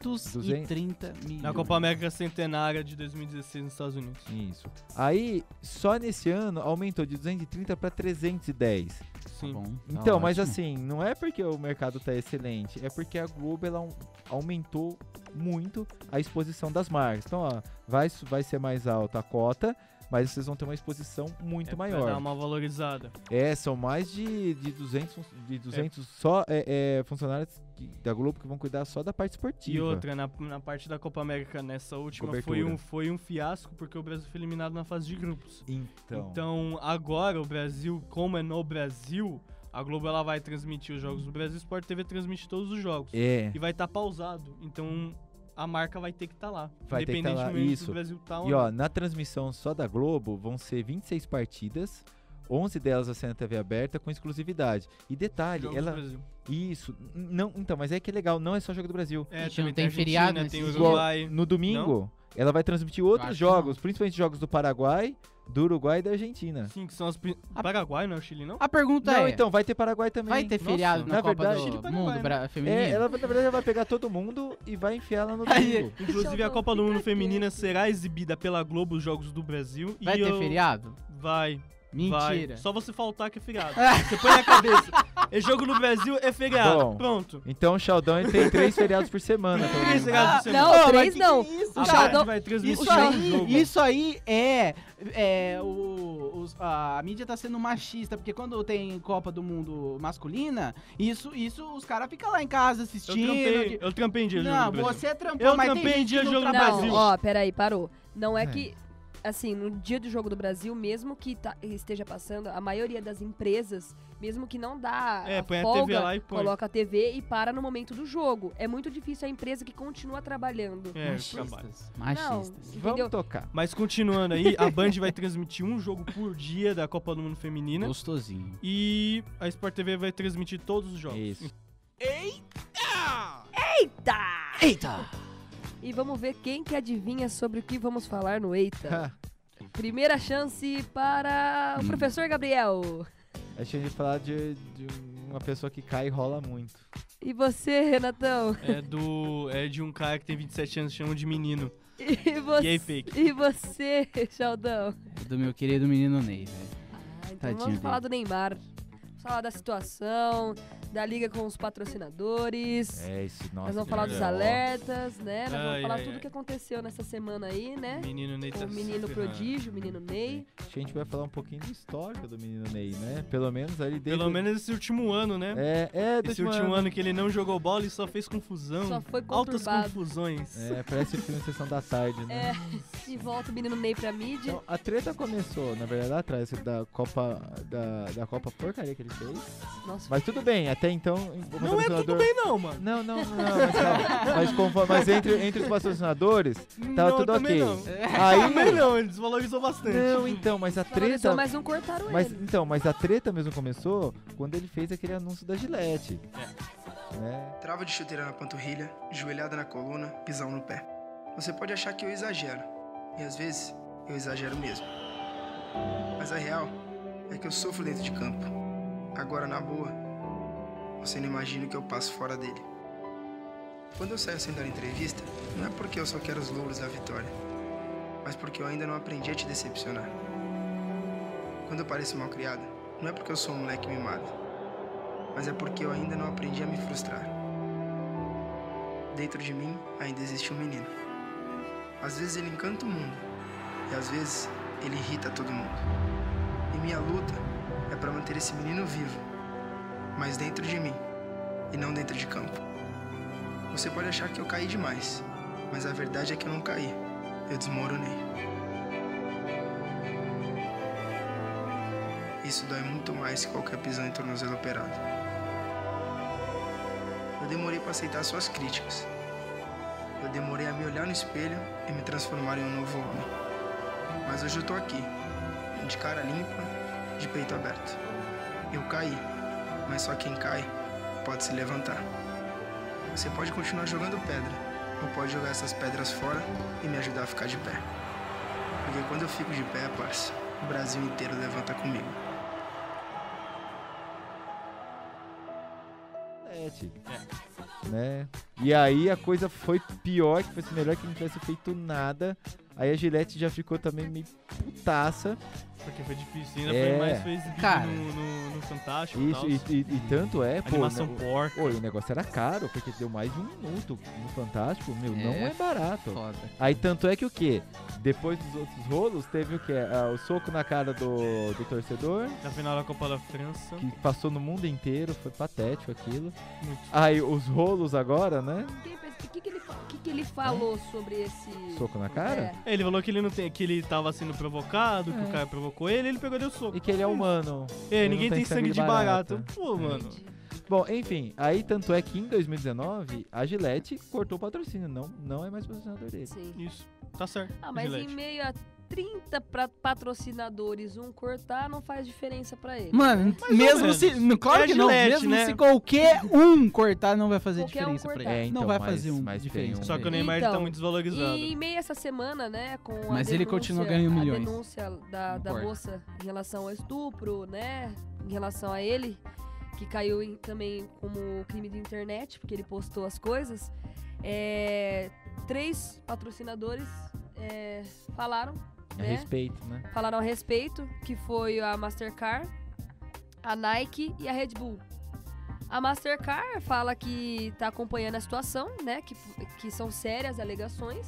Speaker 1: 230 milhões.
Speaker 2: Na Copa América Centenária de 2016 nos Estados Unidos.
Speaker 5: Isso. Aí, só nesse ano, aumentou de 230 pra 310.
Speaker 1: Tá
Speaker 2: Sim.
Speaker 1: bom. tá
Speaker 5: Então, mas
Speaker 1: ótimo.
Speaker 5: assim, não é porque o mercado tá excelente, é porque a Globo ela au- aumentou muito a exposição das marcas. Então, ó, vai, su- vai ser mais alta a cota, mas vocês vão ter uma exposição muito
Speaker 2: É Pra
Speaker 5: maior.
Speaker 2: dar uma valorizada.
Speaker 5: É, são mais de, de 200, fun- de 200 só é, é, funcionários que- da Globo que vão cuidar só da parte esportiva.
Speaker 2: E outra, na, na parte da Copa América, nessa última, foi
Speaker 5: Cobertura.
Speaker 2: um, foi um fiasco porque o Brasil foi eliminado na fase de grupos.
Speaker 5: Então,
Speaker 2: Então, agora o Brasil, como é no Brasil, a Globo ela vai transmitir os jogos do Brasil, Sport TV transmite todos os jogos.
Speaker 5: é.
Speaker 2: E vai estar pausado. Então, a marca vai ter que estar lá.
Speaker 5: Vai ter que tá lá,
Speaker 2: Independentemente
Speaker 5: isso.
Speaker 2: do Brasil tá ou
Speaker 5: E
Speaker 2: não.
Speaker 5: ó, na transmissão só da Globo vão ser 26 partidas, 11 delas vai ser na TV aberta com exclusividade. E detalhe,
Speaker 2: Jogos do
Speaker 5: ela
Speaker 2: Brasil.
Speaker 5: isso, n- não, então, mas é que é legal, não é só jogo do Brasil.
Speaker 2: É,
Speaker 1: Gente,
Speaker 2: também
Speaker 1: não
Speaker 2: tem
Speaker 1: tem
Speaker 2: Argentina,
Speaker 1: feriado nesse
Speaker 2: tem
Speaker 1: dia?
Speaker 2: Uruguai.
Speaker 5: No domingo, ela vai transmitir outros
Speaker 1: acho que
Speaker 5: jogos, principalmente jogos do Paraguai, do Uruguai e da Argentina.
Speaker 2: Sim, que são as. pri- Paraguai, não é o Chile, não?
Speaker 1: A pergunta
Speaker 5: não,
Speaker 1: é:
Speaker 5: então vai ter Paraguai também.
Speaker 1: vai ter
Speaker 2: Nossa,
Speaker 1: feriado na,
Speaker 5: na
Speaker 1: Copa
Speaker 5: verdade,
Speaker 1: do
Speaker 5: Chile
Speaker 2: e Paraguai,
Speaker 1: Mundo
Speaker 2: né?
Speaker 1: Bra- Feminino?
Speaker 5: É, ela, na verdade, ela vai pegar todo mundo e vai enfiar lá no domingo.
Speaker 2: Inclusive, a
Speaker 3: Xandão,
Speaker 2: Copa do
Speaker 3: fica
Speaker 2: Mundo Feminina
Speaker 3: quieto.
Speaker 2: será exibida pela Globo os Jogos do Brasil.
Speaker 1: Vai
Speaker 2: e
Speaker 1: ter
Speaker 2: eu-
Speaker 1: feriado?
Speaker 2: Vai.
Speaker 1: Mentira.
Speaker 2: Vai. Só você faltar que é feriado. você põe na cabeça. É jogo no Brasil, é feriado.
Speaker 5: Bom.
Speaker 2: Pronto.
Speaker 5: Então o Sheldon ele tem três feriados por semana. pelo menos.
Speaker 2: Três feriados
Speaker 1: Ah,
Speaker 2: por semana.
Speaker 3: Não,
Speaker 1: Ô, mas
Speaker 3: três
Speaker 1: que
Speaker 3: não.
Speaker 1: que é isso,
Speaker 2: A
Speaker 1: cara?
Speaker 2: Band Ah, vai transmitir
Speaker 1: Isso
Speaker 2: o é um jogo.
Speaker 1: aí, isso aí é. é o- os- a, a mídia tá sendo machista, porque quando tem Copa do Mundo masculina, isso, isso os caras ficam lá em casa
Speaker 2: Eu
Speaker 1: assistindo.
Speaker 2: trampei, eu trampei em dia de jogo
Speaker 1: Não,
Speaker 2: do Brasil.
Speaker 1: você é trampou,
Speaker 2: Eu
Speaker 1: mas tem
Speaker 2: trampei
Speaker 1: gente
Speaker 2: dia
Speaker 1: que não
Speaker 2: jogo do
Speaker 1: trabalha.
Speaker 3: Não,
Speaker 2: Brasil.
Speaker 3: ó, peraí, parou. Não é,
Speaker 5: É.
Speaker 3: que, assim, no dia do jogo do Brasil, mesmo que tá- esteja passando, a maioria das empresas, mesmo que não dá
Speaker 2: É,
Speaker 3: a
Speaker 2: põe a
Speaker 3: folga,
Speaker 2: TV lá e põe.
Speaker 3: coloca a TV e para no momento do jogo. É muito difícil a empresa que continua trabalhando.
Speaker 2: É, trabalho.
Speaker 1: Machistas. Hum. Machistas.
Speaker 3: Não,
Speaker 5: Vamos
Speaker 3: entendeu?
Speaker 5: tocar.
Speaker 2: Mas continuando aí, a Band vai transmitir um jogo por dia da Copa do Mundo Feminina.
Speaker 1: Gostosinho.
Speaker 2: E a Sport TV vai transmitir todos os jogos.
Speaker 5: Isso.
Speaker 3: Tá!
Speaker 1: Eita!
Speaker 3: E vamos ver quem que adivinha sobre o que vamos falar no Eita.
Speaker 5: Ha,
Speaker 3: Primeira chance para o professor Gabriel.
Speaker 5: Achei de falar de, de uma pessoa que cai e rola muito.
Speaker 3: E você, Renatão?
Speaker 2: É do. É de um cara que tem 27 anos, chama de menino.
Speaker 3: E você?
Speaker 2: Gay fake.
Speaker 3: E você, Sheldão?
Speaker 1: Do meu querido menino Ney, velho.
Speaker 3: Ah, então
Speaker 1: Tadinho
Speaker 3: vamos falar
Speaker 1: dele.
Speaker 3: do Neymar. Vamos falar da situação, da liga com os patrocinadores.
Speaker 5: É isso, nossa.
Speaker 3: Nós vamos falar
Speaker 5: que
Speaker 3: dos
Speaker 5: legal.
Speaker 3: alertas, né? Nós vamos
Speaker 2: Ai,
Speaker 3: falar
Speaker 2: ai,
Speaker 3: tudo
Speaker 2: ai.
Speaker 3: que aconteceu nessa semana aí, né?
Speaker 2: Menino Ney
Speaker 3: Com
Speaker 2: tá
Speaker 3: o menino
Speaker 2: se ferrando.
Speaker 3: prodígio, o menino Ney.
Speaker 5: Acho que a gente vai falar um pouquinho do histórico do menino Ney, né? Pelo menos ali desde...
Speaker 2: Pelo menos esse último ano, né?
Speaker 5: É, é, do
Speaker 2: Esse último ano que ele não jogou bola e só fez confusão.
Speaker 3: Só foi
Speaker 2: Altas
Speaker 3: conturbado.
Speaker 2: confusões.
Speaker 5: É, parece o filme Sessão da Tarde, né?
Speaker 3: É, e volta o menino Ney pra mídia.
Speaker 5: Então, a treta começou, na verdade, lá atrás, da Copa, da, da Copa porcaria que ele fez.
Speaker 3: Nossa,
Speaker 5: Mas tudo bem, até então... o
Speaker 2: Não é tudo
Speaker 5: patrocinador-
Speaker 2: bem, não, mano.
Speaker 5: Não, não, não, não, mas, calma. mas, conforme- mas entre, entre os patrocinadores, tava
Speaker 2: não,
Speaker 5: tudo
Speaker 2: também
Speaker 5: ok.
Speaker 2: Não. Também
Speaker 5: Aí.
Speaker 2: não, ele desvalorizou bastante.
Speaker 5: Não, então, mas a
Speaker 3: valorizou,
Speaker 5: treta.
Speaker 3: mas não cortaram
Speaker 5: Mas
Speaker 3: ele.
Speaker 5: então, mas a treta mesmo começou quando ele fez aquele anúncio da Gillette. Né?
Speaker 8: Trava de chuteira na panturrilha, joelhada na coluna, pisão no pé. Você pode achar que eu exagero, e às vezes eu exagero mesmo. Mas a real é que eu sofro dentro de campo. Agora, na boa, você não imagina o que eu passo fora dele. Quando eu saio sem dar entrevista, não é porque eu só quero os louros da vitória, mas porque eu ainda não aprendi a te decepcionar. Quando eu pareço mal criado, não é porque eu sou um moleque mimado, mas é porque eu ainda não aprendi a me frustrar. Dentro de mim ainda existe um menino. Às vezes ele encanta o mundo, e às vezes ele irrita todo mundo. E minha luta é para manter esse menino vivo, mas dentro de mim e não dentro de campo. Você pode achar que eu caí demais, mas a verdade é que eu não caí. Eu desmoronei. Isso dói muito mais que qualquer pisão em tornozelo operado. Eu demorei para aceitar suas críticas. Eu demorei a me olhar no espelho e me transformar em um novo homem. Mas hoje eu tô aqui, de cara limpa, de peito aberto. Eu caí, mas só quem cai pode se levantar. Você pode continuar jogando pedra, ou pode jogar essas pedras fora e me ajudar a ficar de pé. Porque quando eu fico de pé, parça, o Brasil inteiro levanta comigo.
Speaker 5: Gillette. Né? E aí a coisa foi pior, que fosse melhor que não tivesse feito nada. Aí a Gillette já ficou também meio putaça.
Speaker 2: Porque foi difícil, ainda
Speaker 5: É.
Speaker 2: foi mais foi exibido
Speaker 1: Cara.
Speaker 2: no, no, no Fantástico Tipo, e
Speaker 5: Isso,
Speaker 2: tal.
Speaker 5: e, e- e tanto é, pô.
Speaker 2: Animação
Speaker 5: né,
Speaker 2: porca.
Speaker 5: Oi, o negócio era caro, porque deu mais de um minuto no Fantástico, meu, não
Speaker 1: É.
Speaker 5: é barato.
Speaker 1: Foda.
Speaker 5: Aí tanto é que o quê? Depois dos outros rolos, teve o quê? Ah, o soco na cara do, do torcedor,
Speaker 2: Na final da Copa da França.
Speaker 5: que passou no mundo inteiro, foi patético aquilo.
Speaker 2: Muito.
Speaker 5: Aí os rolos agora, né?
Speaker 3: Quem pensa- O que, que, ele fa- o que que ele falou sobre esse...
Speaker 5: Soco na cara?
Speaker 3: É.
Speaker 2: Ele falou que ele não tem, que ele tava sendo provocado, que o cara provocou ele, ele pegou e deu soco.
Speaker 5: E que ele é humano.
Speaker 2: É,
Speaker 5: ele
Speaker 2: ninguém
Speaker 5: não
Speaker 2: tem sangue de barato.
Speaker 5: É.
Speaker 2: Pô, mano.
Speaker 5: Bom, enfim, aí tanto é que em 2019, a Gillette cortou o patrocínio, não, não é mais patrocinador dele.
Speaker 3: Sim.
Speaker 2: Isso. Tá certo.
Speaker 3: Ah, mas
Speaker 2: Gillette.
Speaker 3: em meio a 30 pra patrocinadores, um cortar não faz diferença pra ele.
Speaker 1: Mano,
Speaker 2: ou
Speaker 1: mesmo
Speaker 2: menos.
Speaker 1: se. não, Claro
Speaker 2: É
Speaker 1: que não.
Speaker 2: Gillette,
Speaker 1: mesmo
Speaker 2: né?
Speaker 1: se qualquer um cortar, não vai fazer
Speaker 3: Qualquer um
Speaker 1: diferença pra ele.
Speaker 3: cortar.
Speaker 5: É, então,
Speaker 1: não vai
Speaker 5: mas-
Speaker 1: fazer um
Speaker 5: mas tem
Speaker 1: diferença.
Speaker 5: um-
Speaker 1: pra
Speaker 2: Só que o
Speaker 1: ele.
Speaker 2: Neymar
Speaker 3: Então,
Speaker 2: tá muito desvalorizado.
Speaker 3: E em meio a essa semana, né, com a
Speaker 1: Mas ele
Speaker 3: denúncia-
Speaker 1: continua ganhando milhões.
Speaker 3: A denúncia da,
Speaker 1: Não
Speaker 3: da
Speaker 1: importa.
Speaker 3: moça em relação ao estupro, né, em relação a ele, que caiu em- também como crime de internet, porque ele postou as coisas, é, três patrocinadores é, falaram,
Speaker 5: A
Speaker 3: né,
Speaker 5: respeito, né?
Speaker 3: falaram a respeito, que foi a Mastercard, a Nike e a Red Bull. A Mastercard fala que tá acompanhando a situação, né? Que, que são sérias alegações.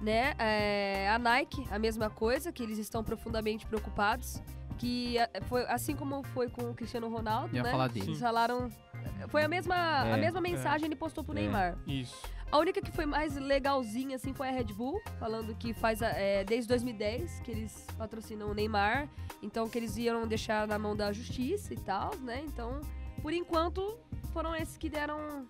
Speaker 3: Né? É, a Nike, a mesma coisa, que eles estão profundamente preocupados. Que é, foi, assim como foi com o Cristiano Ronaldo,
Speaker 1: Ia
Speaker 3: né?
Speaker 1: falar dele.
Speaker 3: Eles falaram. Foi a mesma, a
Speaker 5: É,
Speaker 3: mesma mensagem que ele postou pro
Speaker 5: É.
Speaker 3: Neymar.
Speaker 2: Isso.
Speaker 3: A única que foi mais legalzinha, assim, foi a Red Bull, falando que faz a- é, desde 2010 que eles patrocinam o Neymar, então que eles iam deixar na mão da justiça e tal, né? Então, por enquanto, foram esses que deram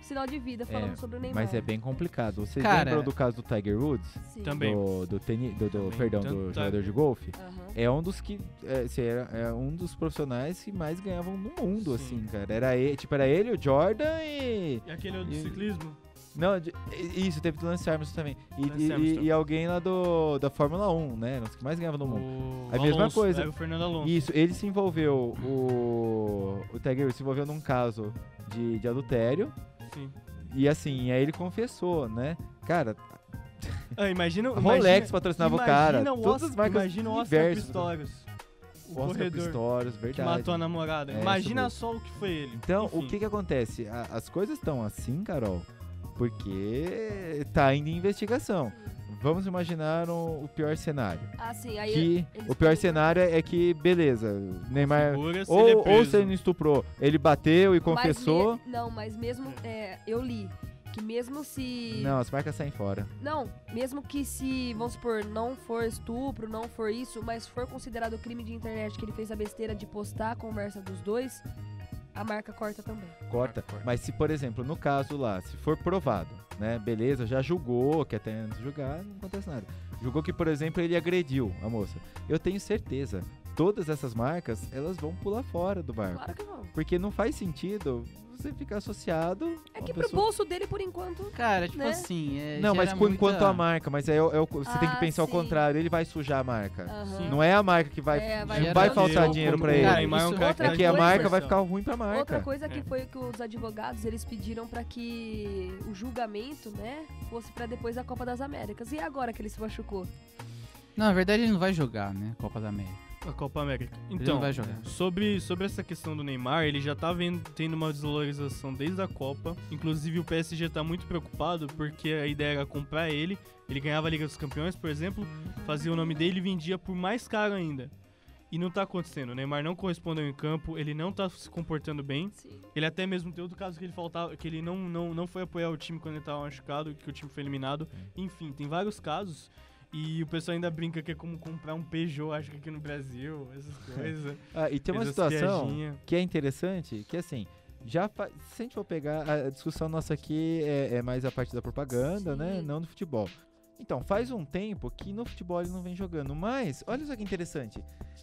Speaker 3: sinal de vida falando
Speaker 5: É,
Speaker 3: sobre o Neymar.
Speaker 5: Mas é bem complicado. Vocês
Speaker 1: Cara-
Speaker 5: lembram do caso do Tiger Woods?
Speaker 3: Sim.
Speaker 2: Também.
Speaker 5: Do, do, teni, do, do-
Speaker 2: Também tá.
Speaker 5: perdão, do
Speaker 2: tanta-
Speaker 5: jogador de golfe?
Speaker 3: Aham.
Speaker 5: é um dos que é, se era, é um dos profissionais que mais ganhavam no
Speaker 2: Sim.
Speaker 5: mundo, assim, cara. Era ele, tipo, era ele, o Jordan e
Speaker 2: E aquele do
Speaker 5: E-
Speaker 2: ciclismo?
Speaker 5: não, de- e- isso teve do Lance Armstrong também e,
Speaker 2: Lance
Speaker 5: e-
Speaker 2: Armstrong.
Speaker 5: e alguém lá do da Fórmula 1, né? Era um dos que mais ganhavam no mundo.
Speaker 2: O
Speaker 5: Hum. A mesma
Speaker 2: Alonso,
Speaker 5: coisa.
Speaker 2: Uhum. Era o Fernando Alonso.
Speaker 5: Isso, ele se envolveu o o Tiger Woods se envolveu num caso de, de adultério.
Speaker 2: Sim.
Speaker 5: E assim, aí ele confessou, né? Cara,
Speaker 2: Ah, imagina,
Speaker 5: Rolex
Speaker 2: imagina,
Speaker 5: patrocinava o
Speaker 2: imagina
Speaker 5: cara.
Speaker 2: O
Speaker 5: Todas
Speaker 2: Oscar,
Speaker 5: as marcas
Speaker 2: imagina o Oscar
Speaker 5: diversas.
Speaker 2: Pistorius. O
Speaker 5: Oscar
Speaker 2: corredor
Speaker 5: Pistorius,
Speaker 2: que
Speaker 5: verdade.
Speaker 2: matou a namorada.
Speaker 5: É,
Speaker 2: imagina
Speaker 5: sobre-
Speaker 2: só o que foi ele.
Speaker 5: Então, o
Speaker 2: Enfim.
Speaker 5: que que acontece? A- as coisas estão assim, Carol, porque tá ainda em investigação. Vamos imaginar um- o pior cenário.
Speaker 3: Ah, sim, aí
Speaker 5: Que
Speaker 3: eles
Speaker 5: o pior
Speaker 3: podem-
Speaker 5: cenário é que, beleza, Neymar.
Speaker 2: Segura se ele é
Speaker 5: Ou, ou
Speaker 2: preso.
Speaker 5: se ele não estuprou, ele bateu e
Speaker 3: Mas
Speaker 5: confessou.
Speaker 3: me- Não, mas mesmo. é, eu li. Que mesmo se.
Speaker 5: Não, as marcas saem fora.
Speaker 3: Não, mesmo que se, vamos supor, não for estupro, não for isso, mas for considerado crime de internet que ele fez a besteira de postar a conversa dos dois, a marca corta também.
Speaker 5: corta.
Speaker 2: Corta.
Speaker 5: Mas se, por exemplo, no caso lá, se for provado, né? Beleza, já julgou, que até antes de julgar, não acontece nada. Julgou que, por exemplo, ele agrediu a moça. Eu tenho certeza, todas essas marcas, elas vão pular fora do barco.
Speaker 3: Claro que não.
Speaker 5: Porque não faz sentido você ficar associado
Speaker 3: É
Speaker 5: a uma
Speaker 3: que pro
Speaker 5: pessoa...
Speaker 3: bolso dele, por enquanto,
Speaker 1: Cara, tipo
Speaker 3: Né?
Speaker 1: assim, é,
Speaker 5: Não, mas
Speaker 1: gera
Speaker 5: por enquanto
Speaker 1: muita-
Speaker 5: a marca, mas aí é o- é o- você tem que
Speaker 3: Ah,
Speaker 5: pensar
Speaker 3: sim.
Speaker 5: ao contrário, ele vai sujar a marca.
Speaker 3: aham.
Speaker 2: Sim.
Speaker 5: Não é a marca que vai,
Speaker 3: É, vai
Speaker 5: não
Speaker 1: gerar
Speaker 5: vai
Speaker 1: um
Speaker 5: faltar
Speaker 1: dinheiro
Speaker 5: dinheiro né, pra
Speaker 1: como-
Speaker 5: ele.
Speaker 2: Ah,
Speaker 1: Cara, isso
Speaker 5: é
Speaker 3: outra
Speaker 5: que a
Speaker 3: coisa-
Speaker 5: marca vai ficar ruim pra marca.
Speaker 3: Outra coisa que
Speaker 2: É.
Speaker 3: foi que os advogados eles pediram pra que o julgamento, né, fosse pra depois da Copa das Américas. E agora que ele se machucou?
Speaker 1: Não, na verdade ele não vai jogar, né? Copa da América.
Speaker 2: A Copa América.
Speaker 1: não
Speaker 2: Então,
Speaker 1: vai
Speaker 5: é.
Speaker 1: jogar.
Speaker 2: Sobre, sobre essa questão do Neymar, ele já tá vendo, tendo uma desvalorização desde a Copa. Inclusive, o PSG tá muito preocupado porque a ideia era comprar ele. Ele ganhava a Liga dos Campeões, por exemplo, fazia o nome dele e vendia por mais caro ainda. E não tá acontecendo. O Neymar não correspondeu em campo, ele não tá se comportando bem.
Speaker 3: Sim.
Speaker 2: Ele até mesmo tem outro caso que ele faltava, que ele não, não, não foi apoiar o time quando ele tava machucado, que o time foi eliminado. Enfim, tem vários casos. E o pessoal ainda brinca que é como comprar um Peugeot, acho que aqui no Brasil, essas coisas.
Speaker 5: Ah, e tem uma
Speaker 2: Fez as
Speaker 5: situação
Speaker 2: piadinha.
Speaker 5: que é interessante, que assim, já fa... se a gente for pegar, a a discussão nossa aqui é, é mais a parte da propaganda, né?
Speaker 3: Sim.
Speaker 5: Não do futebol. Então, faz um tempo que no futebol ele não vem jogando, mas olha só que interessante.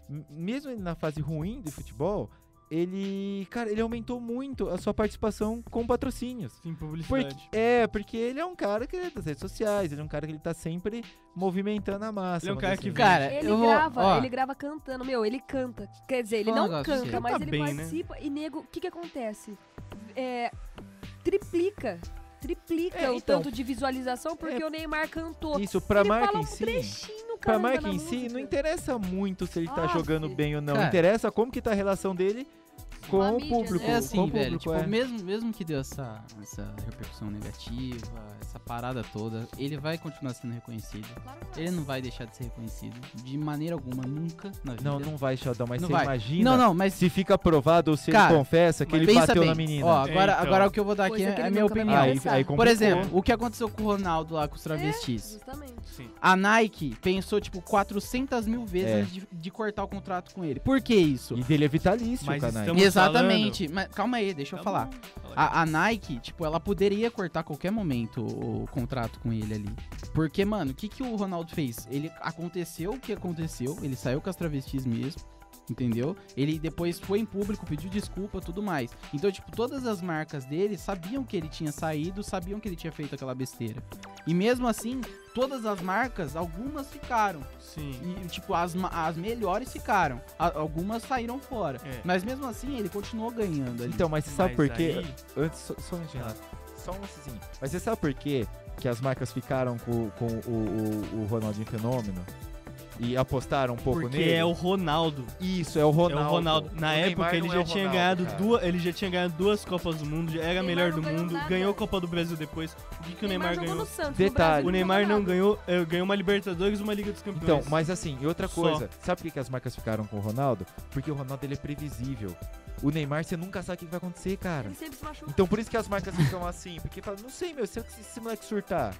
Speaker 5: M- mesmo ele na fase ruim do futebol, ele, cara, ele aumentou muito a sua participação com patrocínios.
Speaker 2: Sim, publicidade.
Speaker 5: Porque, é, porque ele é um cara que ele é das redes sociais, ele é um cara que ele tá sempre movimentando a massa.
Speaker 2: Ele é um
Speaker 5: vamos
Speaker 2: cara
Speaker 5: dizer
Speaker 2: que
Speaker 5: assim.
Speaker 1: Cara,
Speaker 3: Ele
Speaker 1: eu vou-
Speaker 3: grava,
Speaker 1: ó.
Speaker 3: ele grava cantando. Meu, ele canta. Quer dizer, ele
Speaker 1: Fala um
Speaker 3: não
Speaker 1: negócio pra
Speaker 3: canta,
Speaker 1: você.
Speaker 3: mas
Speaker 2: Canta
Speaker 3: ele
Speaker 2: bem, né?
Speaker 3: participa. E, nego, o que que acontece? É, triplica. Triplica
Speaker 5: É,
Speaker 3: o
Speaker 5: então.
Speaker 3: tanto de visualização porque o Neymar cantou.
Speaker 5: Isso pra
Speaker 3: ele
Speaker 5: marca
Speaker 3: fala
Speaker 5: em
Speaker 3: um
Speaker 5: si.
Speaker 3: trechinho,
Speaker 5: Pra
Speaker 3: caramba,
Speaker 5: marca
Speaker 3: na
Speaker 5: em si, não
Speaker 3: música.
Speaker 5: interessa muito se ele tá
Speaker 3: Ah,
Speaker 5: jogando
Speaker 3: sim.
Speaker 5: bem ou não.
Speaker 1: Cara.
Speaker 5: interessa como que tá a relação dele com,
Speaker 3: Com a
Speaker 5: o
Speaker 3: mídia, né?
Speaker 5: público.
Speaker 1: É
Speaker 5: com
Speaker 1: assim,
Speaker 5: o
Speaker 1: velho.
Speaker 5: público,
Speaker 1: Tipo,
Speaker 5: é.
Speaker 1: mesmo, mesmo que deu essa, essa repercussão negativa, essa parada toda, ele vai continuar sendo reconhecido. Ele não vai deixar de ser reconhecido. De maneira alguma, nunca na vida.
Speaker 5: Não, não vai, Sheldon, mas
Speaker 1: Não
Speaker 5: você
Speaker 1: vai.
Speaker 5: imagina
Speaker 1: Não, não, mas
Speaker 5: se fica provado ou se
Speaker 1: Cara,
Speaker 5: ele confessa que ele
Speaker 1: pensa
Speaker 5: bateu
Speaker 1: bem.
Speaker 5: na menina. É,
Speaker 1: Ó, agora,
Speaker 2: Então.
Speaker 1: agora o que eu vou dar aqui
Speaker 3: Coisa que
Speaker 1: é
Speaker 3: ele
Speaker 1: a minha
Speaker 3: nunca vai
Speaker 1: opinião.
Speaker 3: falar.
Speaker 5: aí,
Speaker 3: pensar.
Speaker 5: aí
Speaker 1: Por
Speaker 5: complicou.
Speaker 1: exemplo, o que aconteceu com o Ronaldo lá com os travestis?
Speaker 3: Justamente.
Speaker 2: Sim.
Speaker 1: A Nike pensou, tipo, 400 mil vezes de, de cortar o contrato com ele. Por que isso?
Speaker 5: É. E dele é vitalício,
Speaker 2: Mas
Speaker 5: canais.
Speaker 2: estamos-
Speaker 1: Exatamente. Mas calma aí, deixa eu
Speaker 2: Tá
Speaker 1: falar.
Speaker 2: bom, fala
Speaker 5: Ah,
Speaker 2: aí.
Speaker 1: A, a Nike, tipo, ela poderia cortar a qualquer momento o, o contrato com ele ali. Porque, mano, o que, que o Ronaldo fez? Ele aconteceu o que aconteceu, ele saiu com as travestis mesmo. Entendeu? Ele depois foi em público, pediu desculpa, tudo mais. Então, tipo, todas as marcas dele sabiam que ele tinha saído, sabiam que ele tinha feito aquela besteira. E mesmo assim, todas as marcas, algumas ficaram.
Speaker 2: Sim.
Speaker 1: E, tipo, as, ma- as melhores ficaram. A- algumas saíram fora.
Speaker 2: É.
Speaker 1: Mas mesmo assim, ele continuou ganhando ali.
Speaker 5: Então, mas você sabe por
Speaker 2: Mas
Speaker 5: quê?
Speaker 2: aí-
Speaker 5: Antes, só, só um minutinho, Renato. Só um lancezinho. Mas você sabe por quê que as marcas ficaram com, com o, o, o Ronaldinho Fenômeno? E apostaram um pouco
Speaker 2: Porque
Speaker 5: nele?
Speaker 2: é o Ronaldo.
Speaker 5: Isso, é o Ronaldo.
Speaker 2: É o Ronaldo. Na
Speaker 5: O
Speaker 2: época
Speaker 5: Neymar
Speaker 2: ele
Speaker 5: não
Speaker 2: já
Speaker 5: é o
Speaker 2: tinha
Speaker 5: Ronaldo,
Speaker 2: ganhado
Speaker 5: cara.
Speaker 2: duas, ele já tinha ganhado duas Copas do Mundo, já era
Speaker 3: Neymar
Speaker 2: melhor
Speaker 3: não
Speaker 2: do
Speaker 3: ganhou
Speaker 2: mundo,
Speaker 3: nada.
Speaker 2: ganhou a Copa do Brasil depois. O que, que o Neymar,
Speaker 3: jogou no
Speaker 2: ganhou?
Speaker 3: Santos, tá no
Speaker 5: Detalhe.
Speaker 3: Brasil,
Speaker 2: O
Speaker 3: não
Speaker 2: Neymar
Speaker 3: jogou
Speaker 2: não
Speaker 3: nada.
Speaker 2: ganhou, eh, ganhou uma Libertadores e uma Liga dos
Speaker 5: Então,
Speaker 2: Campeões.
Speaker 5: mas assim, e outra
Speaker 2: Só.
Speaker 5: coisa, sabe por que que as marcas ficaram com o Ronaldo? Porque o Ronaldo ele é previsível. O Neymar você nunca sabe o que vai acontecer, cara.
Speaker 3: Ele sempre se machuca.
Speaker 5: Então por isso que as marcas ficam assim, porque fala, não sei, meu, se esse esse moleque surtar,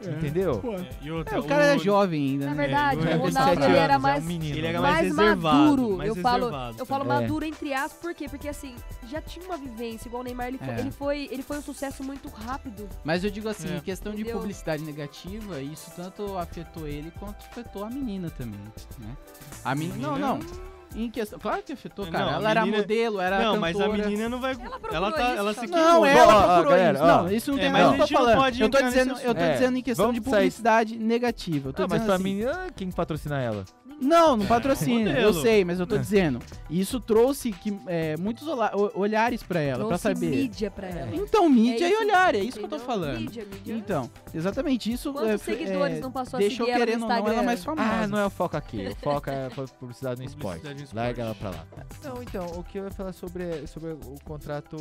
Speaker 5: entendeu?
Speaker 2: É, e outra,
Speaker 1: É, o cara era jovem ainda,
Speaker 3: Na
Speaker 1: né?
Speaker 3: verdade,
Speaker 2: ele
Speaker 3: o
Speaker 2: era
Speaker 3: Ronaldo
Speaker 5: 17
Speaker 3: ele era
Speaker 5: anos, é um
Speaker 3: mais
Speaker 5: menino,
Speaker 2: Ele era
Speaker 5: né?
Speaker 2: mais,
Speaker 3: mais
Speaker 2: reservado.
Speaker 3: maduro.
Speaker 2: mais
Speaker 3: eu falo,
Speaker 2: reservado
Speaker 3: eu falo
Speaker 5: É.
Speaker 3: maduro entre aspas, por quê? Porque assim, já tinha uma vivência, igual o Neymar, ele foi,
Speaker 1: É.
Speaker 3: ele foi, ele foi um sucesso muito rápido.
Speaker 1: Mas eu digo assim,
Speaker 2: É.
Speaker 1: em questão de
Speaker 3: Entendeu?
Speaker 1: publicidade negativa, isso tanto afetou ele quanto afetou a menina também, né? A menina. Não,
Speaker 2: Menina?
Speaker 1: não. Em questão. Claro que afetou,
Speaker 2: Não,
Speaker 1: cara.
Speaker 2: a
Speaker 1: ela era
Speaker 2: menina-
Speaker 1: modelo,
Speaker 5: é
Speaker 1: era.
Speaker 2: Não,
Speaker 1: cantora.
Speaker 2: mas a menina não vai. Ela,
Speaker 3: procurou
Speaker 2: tá,
Speaker 3: isso,
Speaker 2: ela
Speaker 3: só.
Speaker 2: se
Speaker 1: Não,
Speaker 2: queimou.
Speaker 1: ela
Speaker 5: Ó, ó,
Speaker 1: procurou
Speaker 5: galera,
Speaker 1: isso.
Speaker 5: ó.
Speaker 1: Não, isso não
Speaker 2: É,
Speaker 1: tem
Speaker 2: mas
Speaker 1: nada.
Speaker 2: a
Speaker 1: Eu tô
Speaker 2: gente não
Speaker 1: falando.
Speaker 2: pode
Speaker 1: Eu tô
Speaker 2: entrar nesse
Speaker 1: dizendo, eu tô
Speaker 5: assunto. É,
Speaker 1: dizendo em questão de
Speaker 5: vamos sair-
Speaker 1: publicidade negativa. Eu tô
Speaker 5: Ah, mas
Speaker 1: dizendo
Speaker 5: pra
Speaker 1: assim,
Speaker 5: mim, ah, quem patrocina ela?
Speaker 1: Não, não patrocina, eu
Speaker 2: modelo. É.
Speaker 1: sei, mas eu tô dizendo. Isso trouxe que, é, muitos ola- o- olhares pra ela, pra
Speaker 3: Trouxe
Speaker 1: saber.
Speaker 3: mídia pra ela.
Speaker 1: Então, mídia
Speaker 3: É
Speaker 1: e
Speaker 3: isso,
Speaker 1: olhar, é isso que eu tô
Speaker 3: entendeu?
Speaker 1: falando.
Speaker 3: Mídia, mídia.
Speaker 1: Então, exatamente isso.
Speaker 3: Quantos
Speaker 1: é,
Speaker 3: seguidores
Speaker 1: é,
Speaker 3: não passou a seguir
Speaker 1: Deixa eu
Speaker 3: ela no
Speaker 1: querendo ou não
Speaker 3: Instagram?
Speaker 1: ela é mais famosa.
Speaker 5: Ah, não é o foco aqui. O foco é pu- publicidade no esporte.
Speaker 2: Publicidade no esporte.
Speaker 5: Larga ela pra lá. Não, então, o que eu ia falar sobre, sobre o contrato.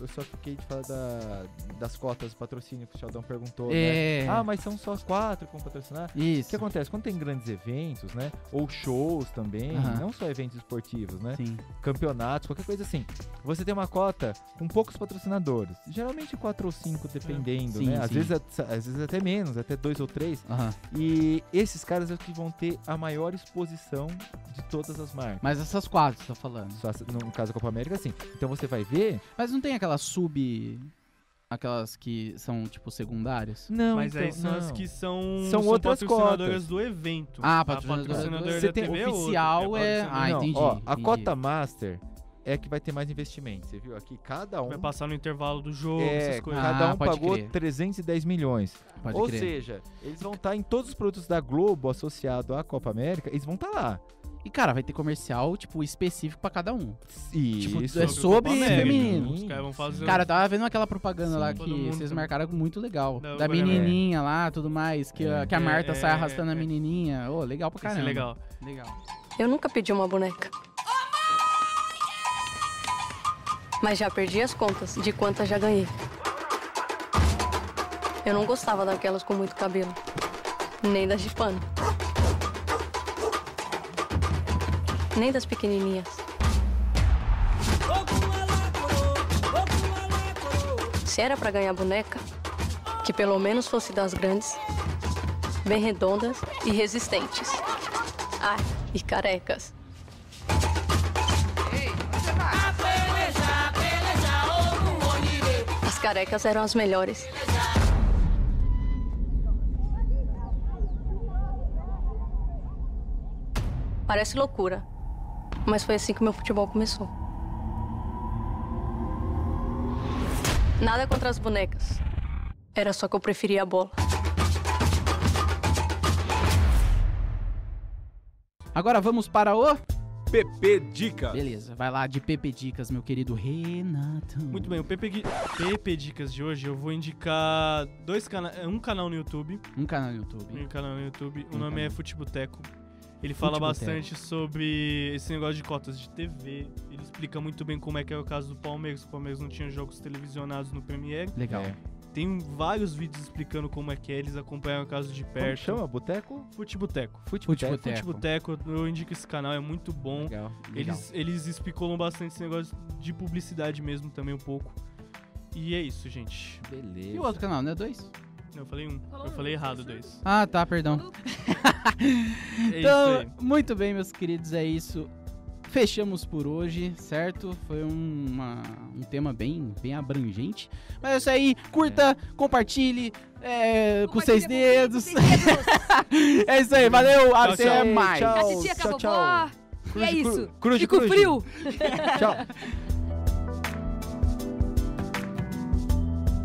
Speaker 5: Eu só fiquei de falar da- das cotas do patrocínio que o Sheldon perguntou. né?
Speaker 1: É.
Speaker 5: Ah, mas são só quatro com patrocinar? O que
Speaker 1: Isso.
Speaker 5: acontece? Quando tem grandes eventos, né? Ou shows também,
Speaker 1: Aham.
Speaker 5: não só eventos esportivos, né?
Speaker 1: Sim.
Speaker 5: campeonatos, qualquer coisa assim. Você tem uma cota com poucos patrocinadores. Geralmente quatro ou cinco, dependendo,
Speaker 1: Sim,
Speaker 5: né? Às
Speaker 1: sim.
Speaker 5: vezes, at- às vezes até menos, é até dois ou três.
Speaker 1: Aham.
Speaker 5: E esses caras é os que vão ter a maior exposição de todas as marcas.
Speaker 1: Mas essas quatro, você tá falando.
Speaker 5: Só se- No caso da Copa América, sim. Então você vai ver.
Speaker 1: Mas não tem aquelas sub. Aquelas que são, tipo, secundárias?
Speaker 5: Não,
Speaker 2: Mas aí
Speaker 5: então-
Speaker 2: são as
Speaker 5: não.
Speaker 2: que são,
Speaker 5: São outras
Speaker 2: patrocinadoras
Speaker 5: cotas.
Speaker 2: do evento.
Speaker 1: Ah,
Speaker 2: A
Speaker 1: patrocinadora-
Speaker 2: patrocinadora
Speaker 5: Você
Speaker 2: da
Speaker 5: tem-
Speaker 2: TV é outra,
Speaker 1: oficial é-
Speaker 2: patrocinadora-
Speaker 1: Ah,
Speaker 5: Não,
Speaker 1: entendi,
Speaker 5: ó, a
Speaker 1: entendi.
Speaker 5: cota master é que vai ter mais investimento. Você viu aqui? Cada um.
Speaker 2: Vai passar no intervalo do jogo,
Speaker 5: é,
Speaker 2: essas coisas.
Speaker 5: cada
Speaker 1: Ah,
Speaker 5: um
Speaker 1: pode
Speaker 5: pagou
Speaker 1: crer.
Speaker 5: 310 milhões.
Speaker 1: Pode
Speaker 5: Ou
Speaker 1: crer.
Speaker 5: seja, eles vão estar em todos os produtos da Globo associado à Copa América, eles vão estar lá.
Speaker 1: E, cara, vai ter comercial, tipo, específico pra cada um.
Speaker 5: E
Speaker 1: Tipo,
Speaker 5: isso
Speaker 1: é
Speaker 5: é
Speaker 1: sobre
Speaker 2: a Copa
Speaker 1: esse
Speaker 2: América.
Speaker 1: feminino.
Speaker 2: Os caras vão fazer. um
Speaker 1: Cara, eu tava vendo aquela propaganda lá
Speaker 5: Então,
Speaker 1: que
Speaker 5: Sim.
Speaker 2: Todo mundo
Speaker 1: vocês
Speaker 2: também.
Speaker 1: marcaram muito legal.
Speaker 2: Da
Speaker 1: da
Speaker 2: Uberlândia.
Speaker 1: menininha lá, tudo mais. Que, a-
Speaker 5: É.
Speaker 1: que a
Speaker 2: É,
Speaker 1: Marta
Speaker 2: é,
Speaker 1: sai
Speaker 2: é,
Speaker 1: arrastando a
Speaker 2: é.
Speaker 1: menininha. Ô, legal pra
Speaker 2: isso
Speaker 1: caramba.
Speaker 2: é legal.
Speaker 1: Legal.
Speaker 7: Eu nunca pedi uma boneca. Mas já perdi as contas de quantas já ganhei. Eu não gostava daquelas com muito cabelo, nem das de pano, nem das pequenininhas. Se era pra ganhar boneca, que pelo menos fosse das grandes, bem redondas e resistentes. Ah, e carecas. As carecas eram as melhores. Parece loucura, mas foi assim que meu futebol começou. Nada contra as bonecas. Era só que eu preferia a bola.
Speaker 1: Agora vamos para o...
Speaker 4: PP Dica.
Speaker 1: Beleza, vai lá de PP Dicas, meu querido Renato.
Speaker 2: Muito bem, o PP, Gui- PP Dicas de hoje eu vou indicar dois cana é, um canal no YouTube.
Speaker 1: Um canal no YouTube.
Speaker 2: Um canal no YouTube. O
Speaker 1: Um
Speaker 2: nome é
Speaker 1: canal.
Speaker 2: Futeboteco. Ele fala
Speaker 1: Futeboteco.
Speaker 2: bastante sobre esse negócio de cotas de TV. Ele explica muito bem como é que é o caso do Palmeiras. O Palmeiras não tinha jogos televisionados no Premiere.
Speaker 1: Legal.
Speaker 5: É.
Speaker 2: Tem vários vídeos explicando como é que é, eles acompanham o caso de
Speaker 5: Como
Speaker 2: perto.
Speaker 5: chama? Boteco?
Speaker 2: Futeboteco.
Speaker 1: Futeboteco. Boteco.
Speaker 2: Futeboteco, eu indico esse canal, é muito bom.
Speaker 5: Legal.
Speaker 1: Legal.
Speaker 2: Eles, eles espicolam bastante esse negócio de publicidade mesmo também um pouco. E é isso, gente.
Speaker 1: E
Speaker 5: Beleza.
Speaker 1: o outro canal, né? Dois?
Speaker 2: Não, Eu falei um.
Speaker 3: Falou
Speaker 2: Eu
Speaker 3: um,
Speaker 2: falei
Speaker 3: tá
Speaker 2: errado,
Speaker 3: certo.
Speaker 2: dois.
Speaker 1: Ah, tá, perdão.
Speaker 2: É
Speaker 1: Então,
Speaker 2: isso aí.
Speaker 1: muito bem, meus queridos, é isso. Fechamos por hoje, certo? Foi um- uma- um tema bem, bem abrangente. Mas é isso aí. Curta, compartilhe é, com seis
Speaker 3: Compartilha com
Speaker 1: dedos.
Speaker 3: seis dedos.
Speaker 1: é isso aí, valeu, até
Speaker 2: tchau.
Speaker 1: mais.
Speaker 5: Tchau,
Speaker 3: Assistir a
Speaker 5: tchau,
Speaker 3: vovó. E é
Speaker 5: Cruz,
Speaker 3: isso.
Speaker 5: Cruz,
Speaker 3: Fico
Speaker 5: cruz.
Speaker 3: frio.
Speaker 5: Tchau.